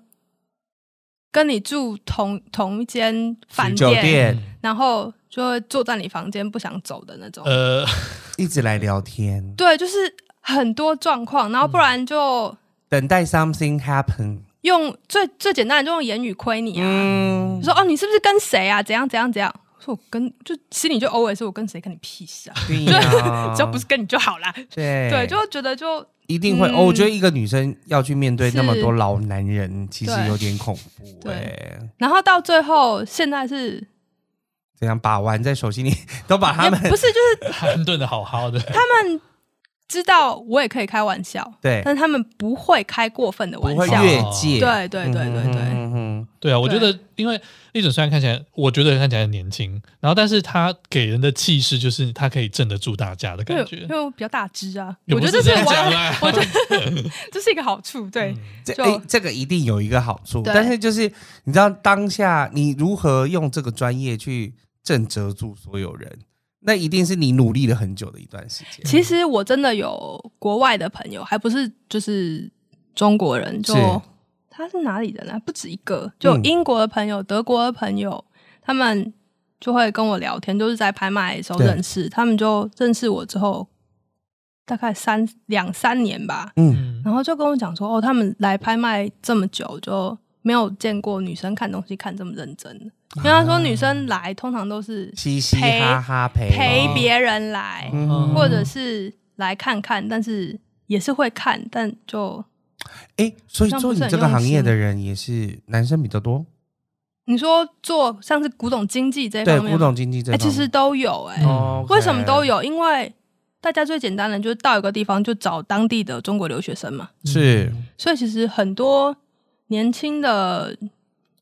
D: 跟你住同同一间饭
C: 酒
D: 店，
C: 店
D: 然后就会坐在你房间不想走的那种。
B: 呃，
C: 一直来聊天，
D: 对，就是很多状况，然后不然就。
C: 等待 something happen，
D: 用最最简单的就用言语亏你啊，
C: 嗯
D: 就，说哦你是不是跟谁啊？怎样怎样怎样？我说我跟就心里就 always 我跟谁跟你屁事啊，
C: 对呀，
D: 只要不是跟你就好啦。
C: 对
D: 对，就觉得就
C: 一定会、
D: 嗯
C: 哦。我觉得一个女生要去面对那么
D: 是
C: 多老男人，其实
D: 对
C: 有点恐怖哎、
D: 对然后到最后现在是
C: 这样把玩在手心里， 都把 他
D: 也
C: 们
D: 不是就是
B: 安顿的好好的，
D: 他们知道我也可以开玩笑，
C: 对
D: 但是他们不会开过分的玩
C: 不会
D: 笑，
C: 越界，
D: 对对对对对，
C: 嗯哼哼
B: 对啊，我觉
D: 对
B: 得，因为丽准虽然看起来，我觉得看起来很年轻，然后但是她给人的气势就是她可以镇得住大家的
D: 因
B: 感
D: 为
B: 觉
D: 因。为我比较大只啊，
B: 也
D: 我
B: 不
D: 觉得
B: 是
D: 这是
B: 这样讲啊
D: 我
B: 啦，
D: 我觉得 这是一个好处，对，
C: 这
D: 就
C: 哎、这个一定有一个好处，
D: 对
C: 但是就是你知道当下你如何用这个专业去震慑住所有人，那一定是你努力了很久的一段时间。
D: 其实我真的有国外的朋友，还不是就是中国人，就是他是哪里人啊？不止一个，就有
C: 嗯
D: 英国的朋友、德国的朋友，他们就会跟我聊天，就是在拍卖的时候
C: 对
D: 认识，他们就认识我之后，大概三两三年吧，
C: 嗯，
B: 嗯，
D: 然后就跟我讲说，哦，他们来拍卖这么久就。没有见过女生看东西看这么认真的，因为他说女生来通常都是
C: 嘻嘻哈哈陪哦
D: 陪别人来，
C: 嗯
D: 或者是来看看，但是也是会看，但就
C: 哎、所以
D: 好像
C: 做
D: 不
C: 你
D: 是很
C: 这个
D: 用
C: 行业
D: 心
C: 的人也是男生比较多，
D: 你说做像是古董经济这一
C: 对
D: 方面吗，
C: 古董经济这
D: 哎、
C: 方
D: 其
C: 面，
D: 实都有哎、
C: 哦，OK
D: 为什么都有？因为大家最简单的就是到一个地方就找当地的中国留学生嘛，
C: 是
D: 所以其实很多年轻的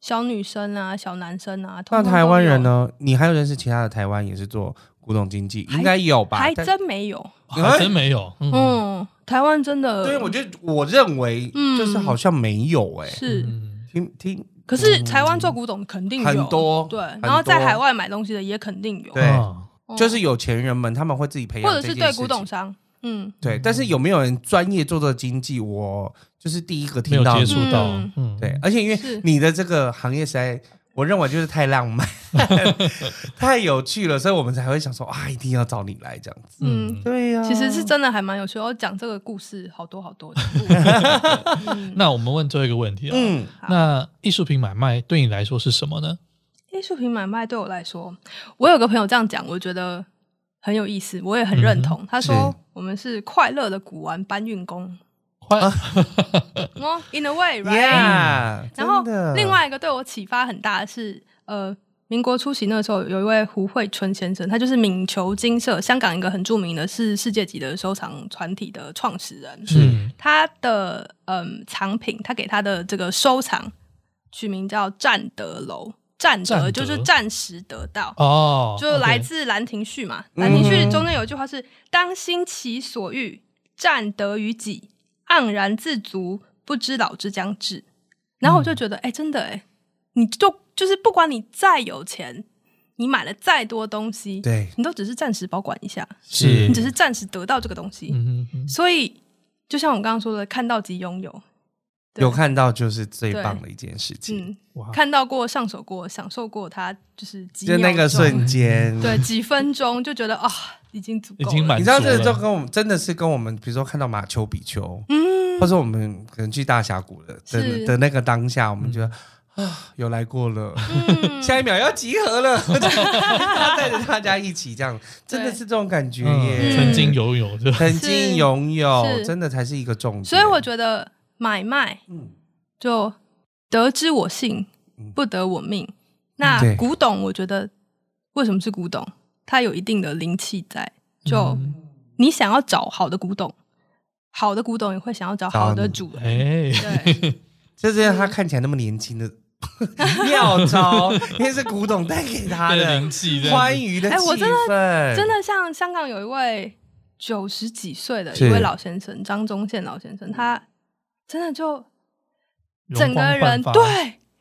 D: 小女生啊、小男生啊，通
C: 那
D: 通都
C: 台湾人
D: 有？
C: 呢？你还有认识其他的台湾也是做古董经济，
D: 还
C: 应该有吧？
D: 还
C: 但
D: 真没有，
B: 哦还真没有，嗯，
D: 嗯，台湾真的，嗯
C: 对，我觉得我认为就是好像没有哎、
D: 是。
B: 嗯
C: 听听
D: 可
C: 嗯
D: 是台湾做古董肯定有
C: 很多
D: 对
C: 很，
D: 然后在
C: 多
D: 海外买东西的也肯定有，
C: 对
B: 啊
D: 嗯
C: 就是有钱人们他们会自己培养
D: 或者
C: 这件
D: 是
C: 事情，
D: 对古董商，嗯，
C: 对，但是有没有人专业做这个经济？我就是第一个
B: 没
C: 听
B: 有
C: 到
B: 接
C: 的
B: 触到
D: 嗯，
B: 嗯，
C: 对，，而且因为
D: 是
C: 你的这个行业实在，我认为就是太浪 漫、太有趣了，所以我们才会想说啊，一定要找你来这样子。
D: 嗯
C: 对啊呀、
D: 其实是真的还蛮有趣的。我讲这个故事好多好多的 故事，嗯
B: 那我们问最后一个问题啊，
C: 嗯，
D: 好
B: 那艺术品买卖对你来说是什么呢？
D: 艺术品买卖对我来说，我有个朋友这样讲，我觉得很有意思，我也很认同。他说
C: 嗯是
D: 我们是快乐的古玩搬运工
B: 欢
C: 啊
D: 哦，in a way right。
C: Yeah，
D: 嗯然后
C: 真的
D: 另外一个对我启发很大的是，呃，民国初期那时候有一位胡慧春先生，他就是敏球金社，香港一个很著名的是世界级的收藏团体的创始人。
B: 嗯
D: 他的嗯藏品，他给他的这个收藏取名叫占德楼，占
B: 占德
D: 德就是暂时得到。
B: 哦，
D: 就来
B: OK
D: 自《兰亭序》嘛，《
C: 嗯
D: 兰亭序》中间有一句话是“当心其所欲，占得于己，盎然自足，不知老之将至”。然后我就觉得，哎、真的哎、你就就是不管你再有钱，你买了再多东西，
C: 对
D: 你都只是暂时保管一下，
C: 是
D: 你只是暂时得到这个东西。
B: 嗯嗯
D: 所以，就像我们刚刚说的，看到即拥有，对
C: 有看到就是最
D: 对
C: 棒的一件事情，
D: 嗯，
B: 哇
D: 看到过、上手过、享受过它，就是几
C: 就那
D: 秒
C: 个
D: 钟
C: 瞬间，
D: 对，几分钟就觉得啊、已经足够
B: 已
D: 了，
B: 经满
C: 你
B: 足
C: 知道这
B: 了
C: 个就跟我们真的是跟我们，比如说看到马丘比丘，
D: 嗯
C: 或者我们可能去大峡谷的的
D: 是
C: 的那个当下，我们觉得、
B: 嗯
C: 啊，有来过了，
D: 嗯
C: 下一秒要集合 了，他带着大家一起这样，真的是
D: 对
C: 这种感觉
B: 嗯
C: 耶。
B: 曾经拥有这
C: 曾经拥有，
D: 是
C: 真的才是一个重点。
D: 所以我觉得买卖
C: 嗯
D: 就得之我幸
C: 嗯，
D: 不得我命。
C: 对
D: 那古董，我觉得为什么是古董？它有一定的灵气在，就你想要找好的古董，好的古董也会想要找好
C: 找
D: 的
C: 你
D: 主人。
B: 哎，
D: 对，
C: 这是他看起来那么年轻的 妙招，因为是古董带给他
B: 带着
C: 的
B: 灵气这样子
C: 欢愉的气
D: 哎我真的
C: 氛，
D: 真的像香港有一位九十几岁的
C: 是
D: 一位老先生，张宗宪老先生，他真的就
B: 容
D: 整个
B: 光焕
D: 人
B: 发
D: 对。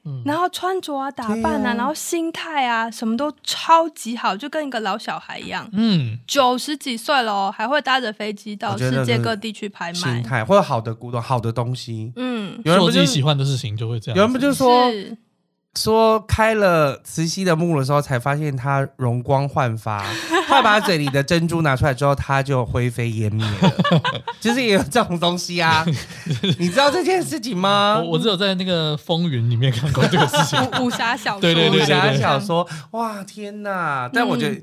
B: 嗯
D: 然后穿着啊、打扮
C: 对
D: 啊，
C: 啊
D: 然后心态啊，什么都超级好，就跟一个老小孩一样。
B: 嗯
D: 九十几岁了哦，还会搭着飞机
C: 我
D: 到
C: 觉得
D: 世界
C: 这
D: 各地去拍
C: 心
D: 卖。
C: 态，或者好的古董、好的东西，
D: 嗯，
C: 有人
B: 做
C: 不
B: 自己
C: 就
B: 喜欢的事情就会这样子，
C: 有人不就说
D: 是
C: 说开了慈禧的墓的时候，才发现它容光焕发， 后来把他嘴里的珍珠拿出来之后，他就灰飞烟灭了。 就是也有这种东西啊，你知道这件事情吗
B: 我？我只有在那个风云里面看过这个事 情。
D: 武武侠小说，
B: 对对对
C: 武
B: 对
C: 侠
B: 对
C: 小说，哇，天哪！但我觉得，
D: 嗯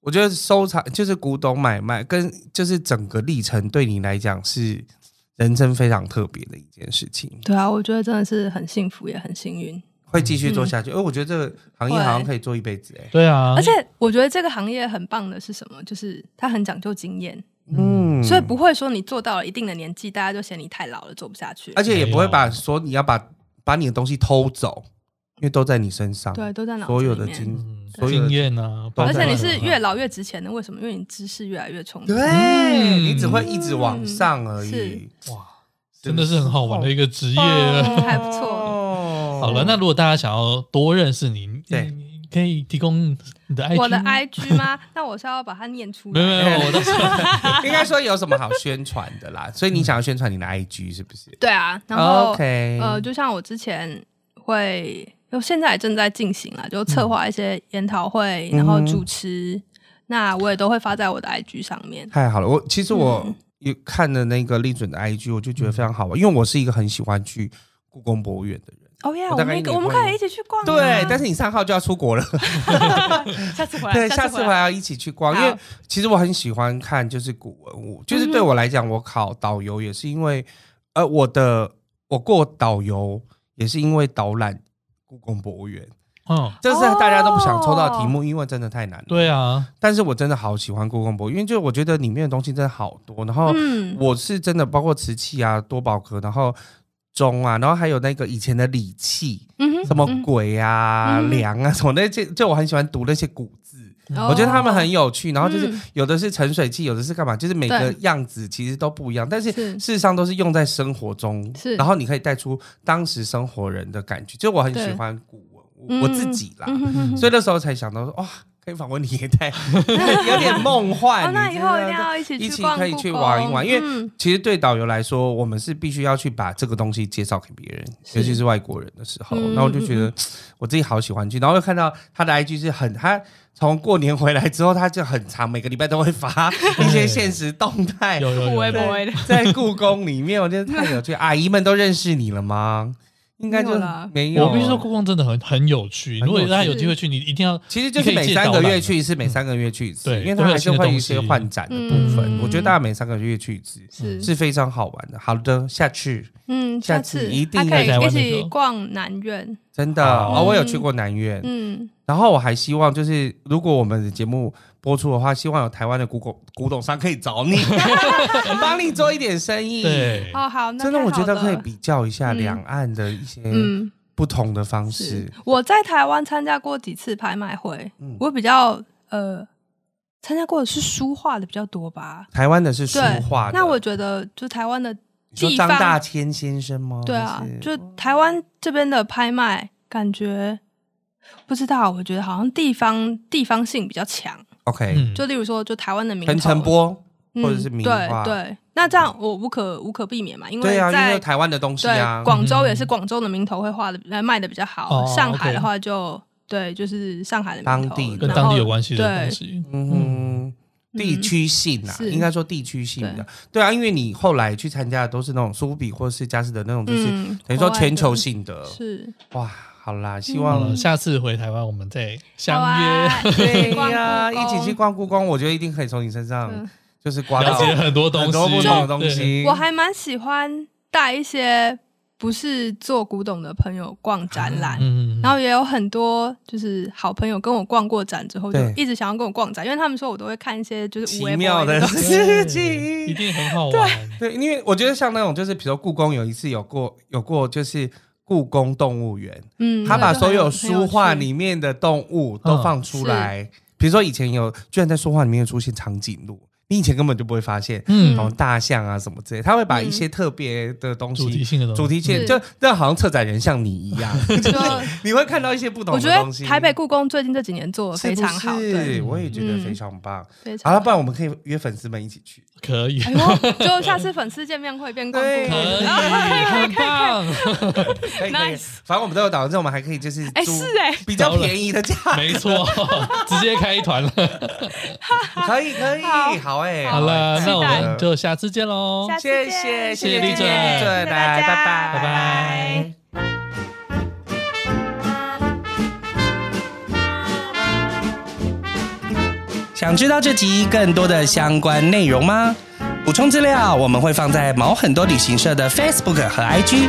C: 我觉得收藏就是古董买卖，跟就是整个历程对你来讲是人生非常特别的一件事情，
D: 对啊，我觉得真的是很幸福，也很幸运。
C: 会继续做
D: 嗯
C: 下去。因为哦我觉得这个行业好像可以做一辈子、哎，
B: 对啊，
D: 而且我觉得这个行业很棒的是什么？就是它很讲究经验，
C: 嗯，
D: 所以不会说你做到了一定的年纪，大家就嫌你太老了做不下去。
C: 而且也不会把说你要把把你的东西偷走，因为都在你身上，
D: 对，都在脑子
C: 所有
D: 里
C: 的
D: 面。
C: 经
B: 嗯，
C: 所有
B: 经
C: 的。
B: 验啊，
C: 而
D: 而
C: 且
D: 且
C: 你
D: 你
C: 是
D: 是越老越值钱的，为什么？因为你知识越来越充足。
C: 对，嗯你只会一直往
D: 嗯
C: 上而已
D: 是。
B: 哇，真的是很好玩的一个职业。啊
D: 哦还不错。
C: 哦
B: 好了， 那如果大家想要多认识你，你
C: 对
B: 你可以提供你的 IG，
D: 我的 IG 吗？ 那我是要把它念出
B: 没有没
D: 来。
B: 有没有，我的
C: 应该说有什么好宣传的啦？所以你想要宣传你的 IG 是不是？
D: 对啊， 然后
C: OK，
D: 呃，就像我之前会，就现在也正在进行啊
C: 嗯
D: 啦，就策划一些研讨会，然后主持。那我也都会发在我的 IG 上面。
C: 太好了，我其实我
D: 嗯
C: 也看了那个利准的 IG，我就
B: 嗯
C: 觉得非常好玩，因为我是一个很喜欢去故宫博物院的人。
D: 哦耶，
C: 我
D: 我
C: 大概
D: 们
C: 一
D: 可
C: 年
D: 我们
C: 会
D: 可以一起去逛啊。
C: 对，但是你上号就要出国了，
D: 下次回来，
C: 对，下次回来要一起去逛，因为
D: 好
C: 其实我很喜欢看就是古文物，就是对我来讲，我考导游也是因为，呃，我的我过导游也是因为导览故宫博物院，
B: 嗯，
C: 这是大家都不想抽到的题目，因为真的太难了。
B: 对啊，
C: 但是我真的好喜欢故宫博物院，因为就我觉得里面的东西真的好多，然后
D: 嗯，
C: 我是真的包括瓷器啊、多宝壳，然后钟啊，然后还有那个以前的礼器，
D: 嗯哼，
C: 什么鬼啊、
D: 嗯
C: 梁啊什么那些，就我很喜欢读那些古字，
D: 哦
C: 我觉得他们很有趣。然后就是
D: 嗯
C: 有的是沉水器，有的是干嘛，就是每个
D: 对
C: 样子其实都不一样，但是
D: 是
C: 事实上都是用在生活中，
D: 是
C: 然后你可以带出当时生活人的感觉，就我很喜
D: 对
C: 欢古文物，
D: 嗯
C: 我自己啦。
D: 嗯哼哼哼
C: 所以那时候才想到说，哇，可以访问你也 太有点梦幻。
D: 哦，那
C: 你
D: 以
C: 知
D: 后
C: 道
D: 一定
C: 吗
D: 要一起
C: 一起
D: 去逛
C: 可以
D: 故
C: 去
D: 宫
C: 玩一玩因为
D: 嗯
C: 其实对导游来说，我们是必须要去把这个东西介绍给别人，
D: 是
C: 尤其是外国人的时候。
D: 嗯
C: 那我就觉得我自己好喜欢去，然后又看到他的 IG 是很他。从过年回来之后，他就很长，每个礼拜都会发一些现实动 态，
B: 有有有
D: 不会
B: 有，
D: 不会的，
C: 在故宫里面，我觉得太有趣。阿姨们都认识你了 吗？应该就
D: 没有啦
C: 没有。
B: 我必须说，故宫真的很很有趣。
C: 很有
B: 如果大家
C: 趣
B: 有机会去，你一定要
C: 其实就是每三个月去一次，每三个月去一次，
B: 对
C: 因为它还是会有一些换展的部分。
D: 嗯
C: 我觉得大家每三个月去一次
D: 是
C: 是非常好玩的。好的，下去
D: 嗯，
C: 下
D: 下
C: 次
D: 次
C: 一定
B: 要来
D: 还可以一
B: 玩的时
D: 起
B: 候
D: 逛南苑，
C: 真的
B: 好
C: 哦，我有去过南苑，
D: 嗯，
C: 然后我还希望就是如果我们的节目播出的话，希望有台湾的古董古董商可以找 你，帮你做一点生意。
B: 对，
D: 哦好，那
C: 真的
D: 太
C: 我觉
D: 好
C: 得
D: 了
C: 可以，比较一下
D: 嗯
C: 两岸的一些
D: 嗯，
C: 不同的方
D: 是
C: 式。
D: 我在台湾参加过几次拍卖会
C: 嗯，
D: 我比较呃参加过的是书画的比较多吧，
C: 台湾的是书
D: 对
C: 画的，哦
D: 那我觉得就台湾的
C: 你说
D: 地
C: 张
D: 方
C: 大千先生吗？
D: 对啊
C: 还是，
D: 就台湾这边的拍卖感觉。不知道，我觉得好像地方地方性比较强，
C: OK，
B: 嗯，
D: 就例如说，就台湾的名
C: 陈
D: 头
C: 诚波。
D: 嗯
C: 或者是名画
D: 对对，那这样我无可无可避免嘛，因为
C: 对啊，因为
D: 在
C: 有台湾的东西啊
D: 对，广州也是
B: 嗯
D: 广州的名头会画的来卖的比较好，
B: 哦
D: 上海
B: OK
D: 的话就对，就是上海的名头
C: 当地
B: 跟
D: 然
B: 当地
D: 后
B: 有关系的
D: 对
B: 东西。
C: 嗯哼，地区性啊，
D: 嗯是
C: 应该说地区性的
D: 对，
C: 对啊，因为你后来去参加的都是那种苏富比或是佳士得那种，就是、
D: 嗯
C: 等于说
D: 国外
C: 全球
D: 的
C: 性的，
D: 是嗯
C: 哇，好啦，希
B: 好
C: 望、
B: 了，下次回台湾我们再相
D: 好
B: 约，
D: 啊
C: 对
D: 逛
C: 呀、
D: 故
C: 一起去
D: 宫
C: 逛故宫，我觉得一定可以从你身上
D: 嗯
C: 就是刮
B: 了
C: 到
B: 解很多东西，
C: 啊很多不同的东
B: 对。
C: 西。
D: 我还蛮喜欢带一些不是做古董的朋友逛展览。
B: 嗯，
D: 然后也有很多就是好朋友跟我逛过展之后，就
C: 对
D: 一直想要跟我逛展，因为他们说我都会看一些就是
C: 奇
D: 无微
C: 妙
D: 博
C: 的
D: 东
C: 事
D: 西。
B: 对
C: 情
B: 一定很好玩。
C: 对，因为我觉得像那种就是，比如说故宫有一次有过有过就是故宫动物园，
D: 嗯，
C: 他把所有书画
D: 里。
C: 里
B: 嗯
C: 面的动物都放出来，比如说以前有，居然在书画里面有出现长颈鹿，你以前根本就不会发现，
B: 嗯
C: 然后大象啊什么之类，他会把一
D: 嗯
C: 些特别的东西、
B: 主题性的东西
C: 主题性，
D: 是
C: 就那好像策展人像你一 样，
D: 就
C: 你会看到一些不同
D: 我觉
C: 的东西。
D: 得台北故宫最近这几年做的
C: 是
D: 非
C: 不
D: 常好，对，
C: 是，我也觉得
D: 嗯
C: 非常棒。
D: 非
C: 好
D: 常
C: 了，不然我们可以约粉丝们一起 去。
B: 可以，
D: 哎呦，就下次粉丝见面会变光
C: 对
D: 顾
B: 可
D: 客。
B: 以，
D: 啊
B: 很棒，
C: 可以可以
D: Nice
C: 反正我们都有导致，我们还可以就是
D: 哎
C: 租
D: 是哎
C: 比较便宜的价，
B: 没错，直接开团了。
C: 可以可以，
D: 好
C: 好哎，
B: 好了，
C: 期
B: 那我
C: 待
B: 们就下次见喽，
D: 下次
C: 谢
D: 见
C: 谢
B: 谢谢立
C: 立正，
B: 正
C: 来
D: 谢谢大家
C: 拜拜
B: 拜拜。
C: 想知道这集更多的相关内容吗？补充资料我们会放在毛很多旅行社的 Facebook 和 IG，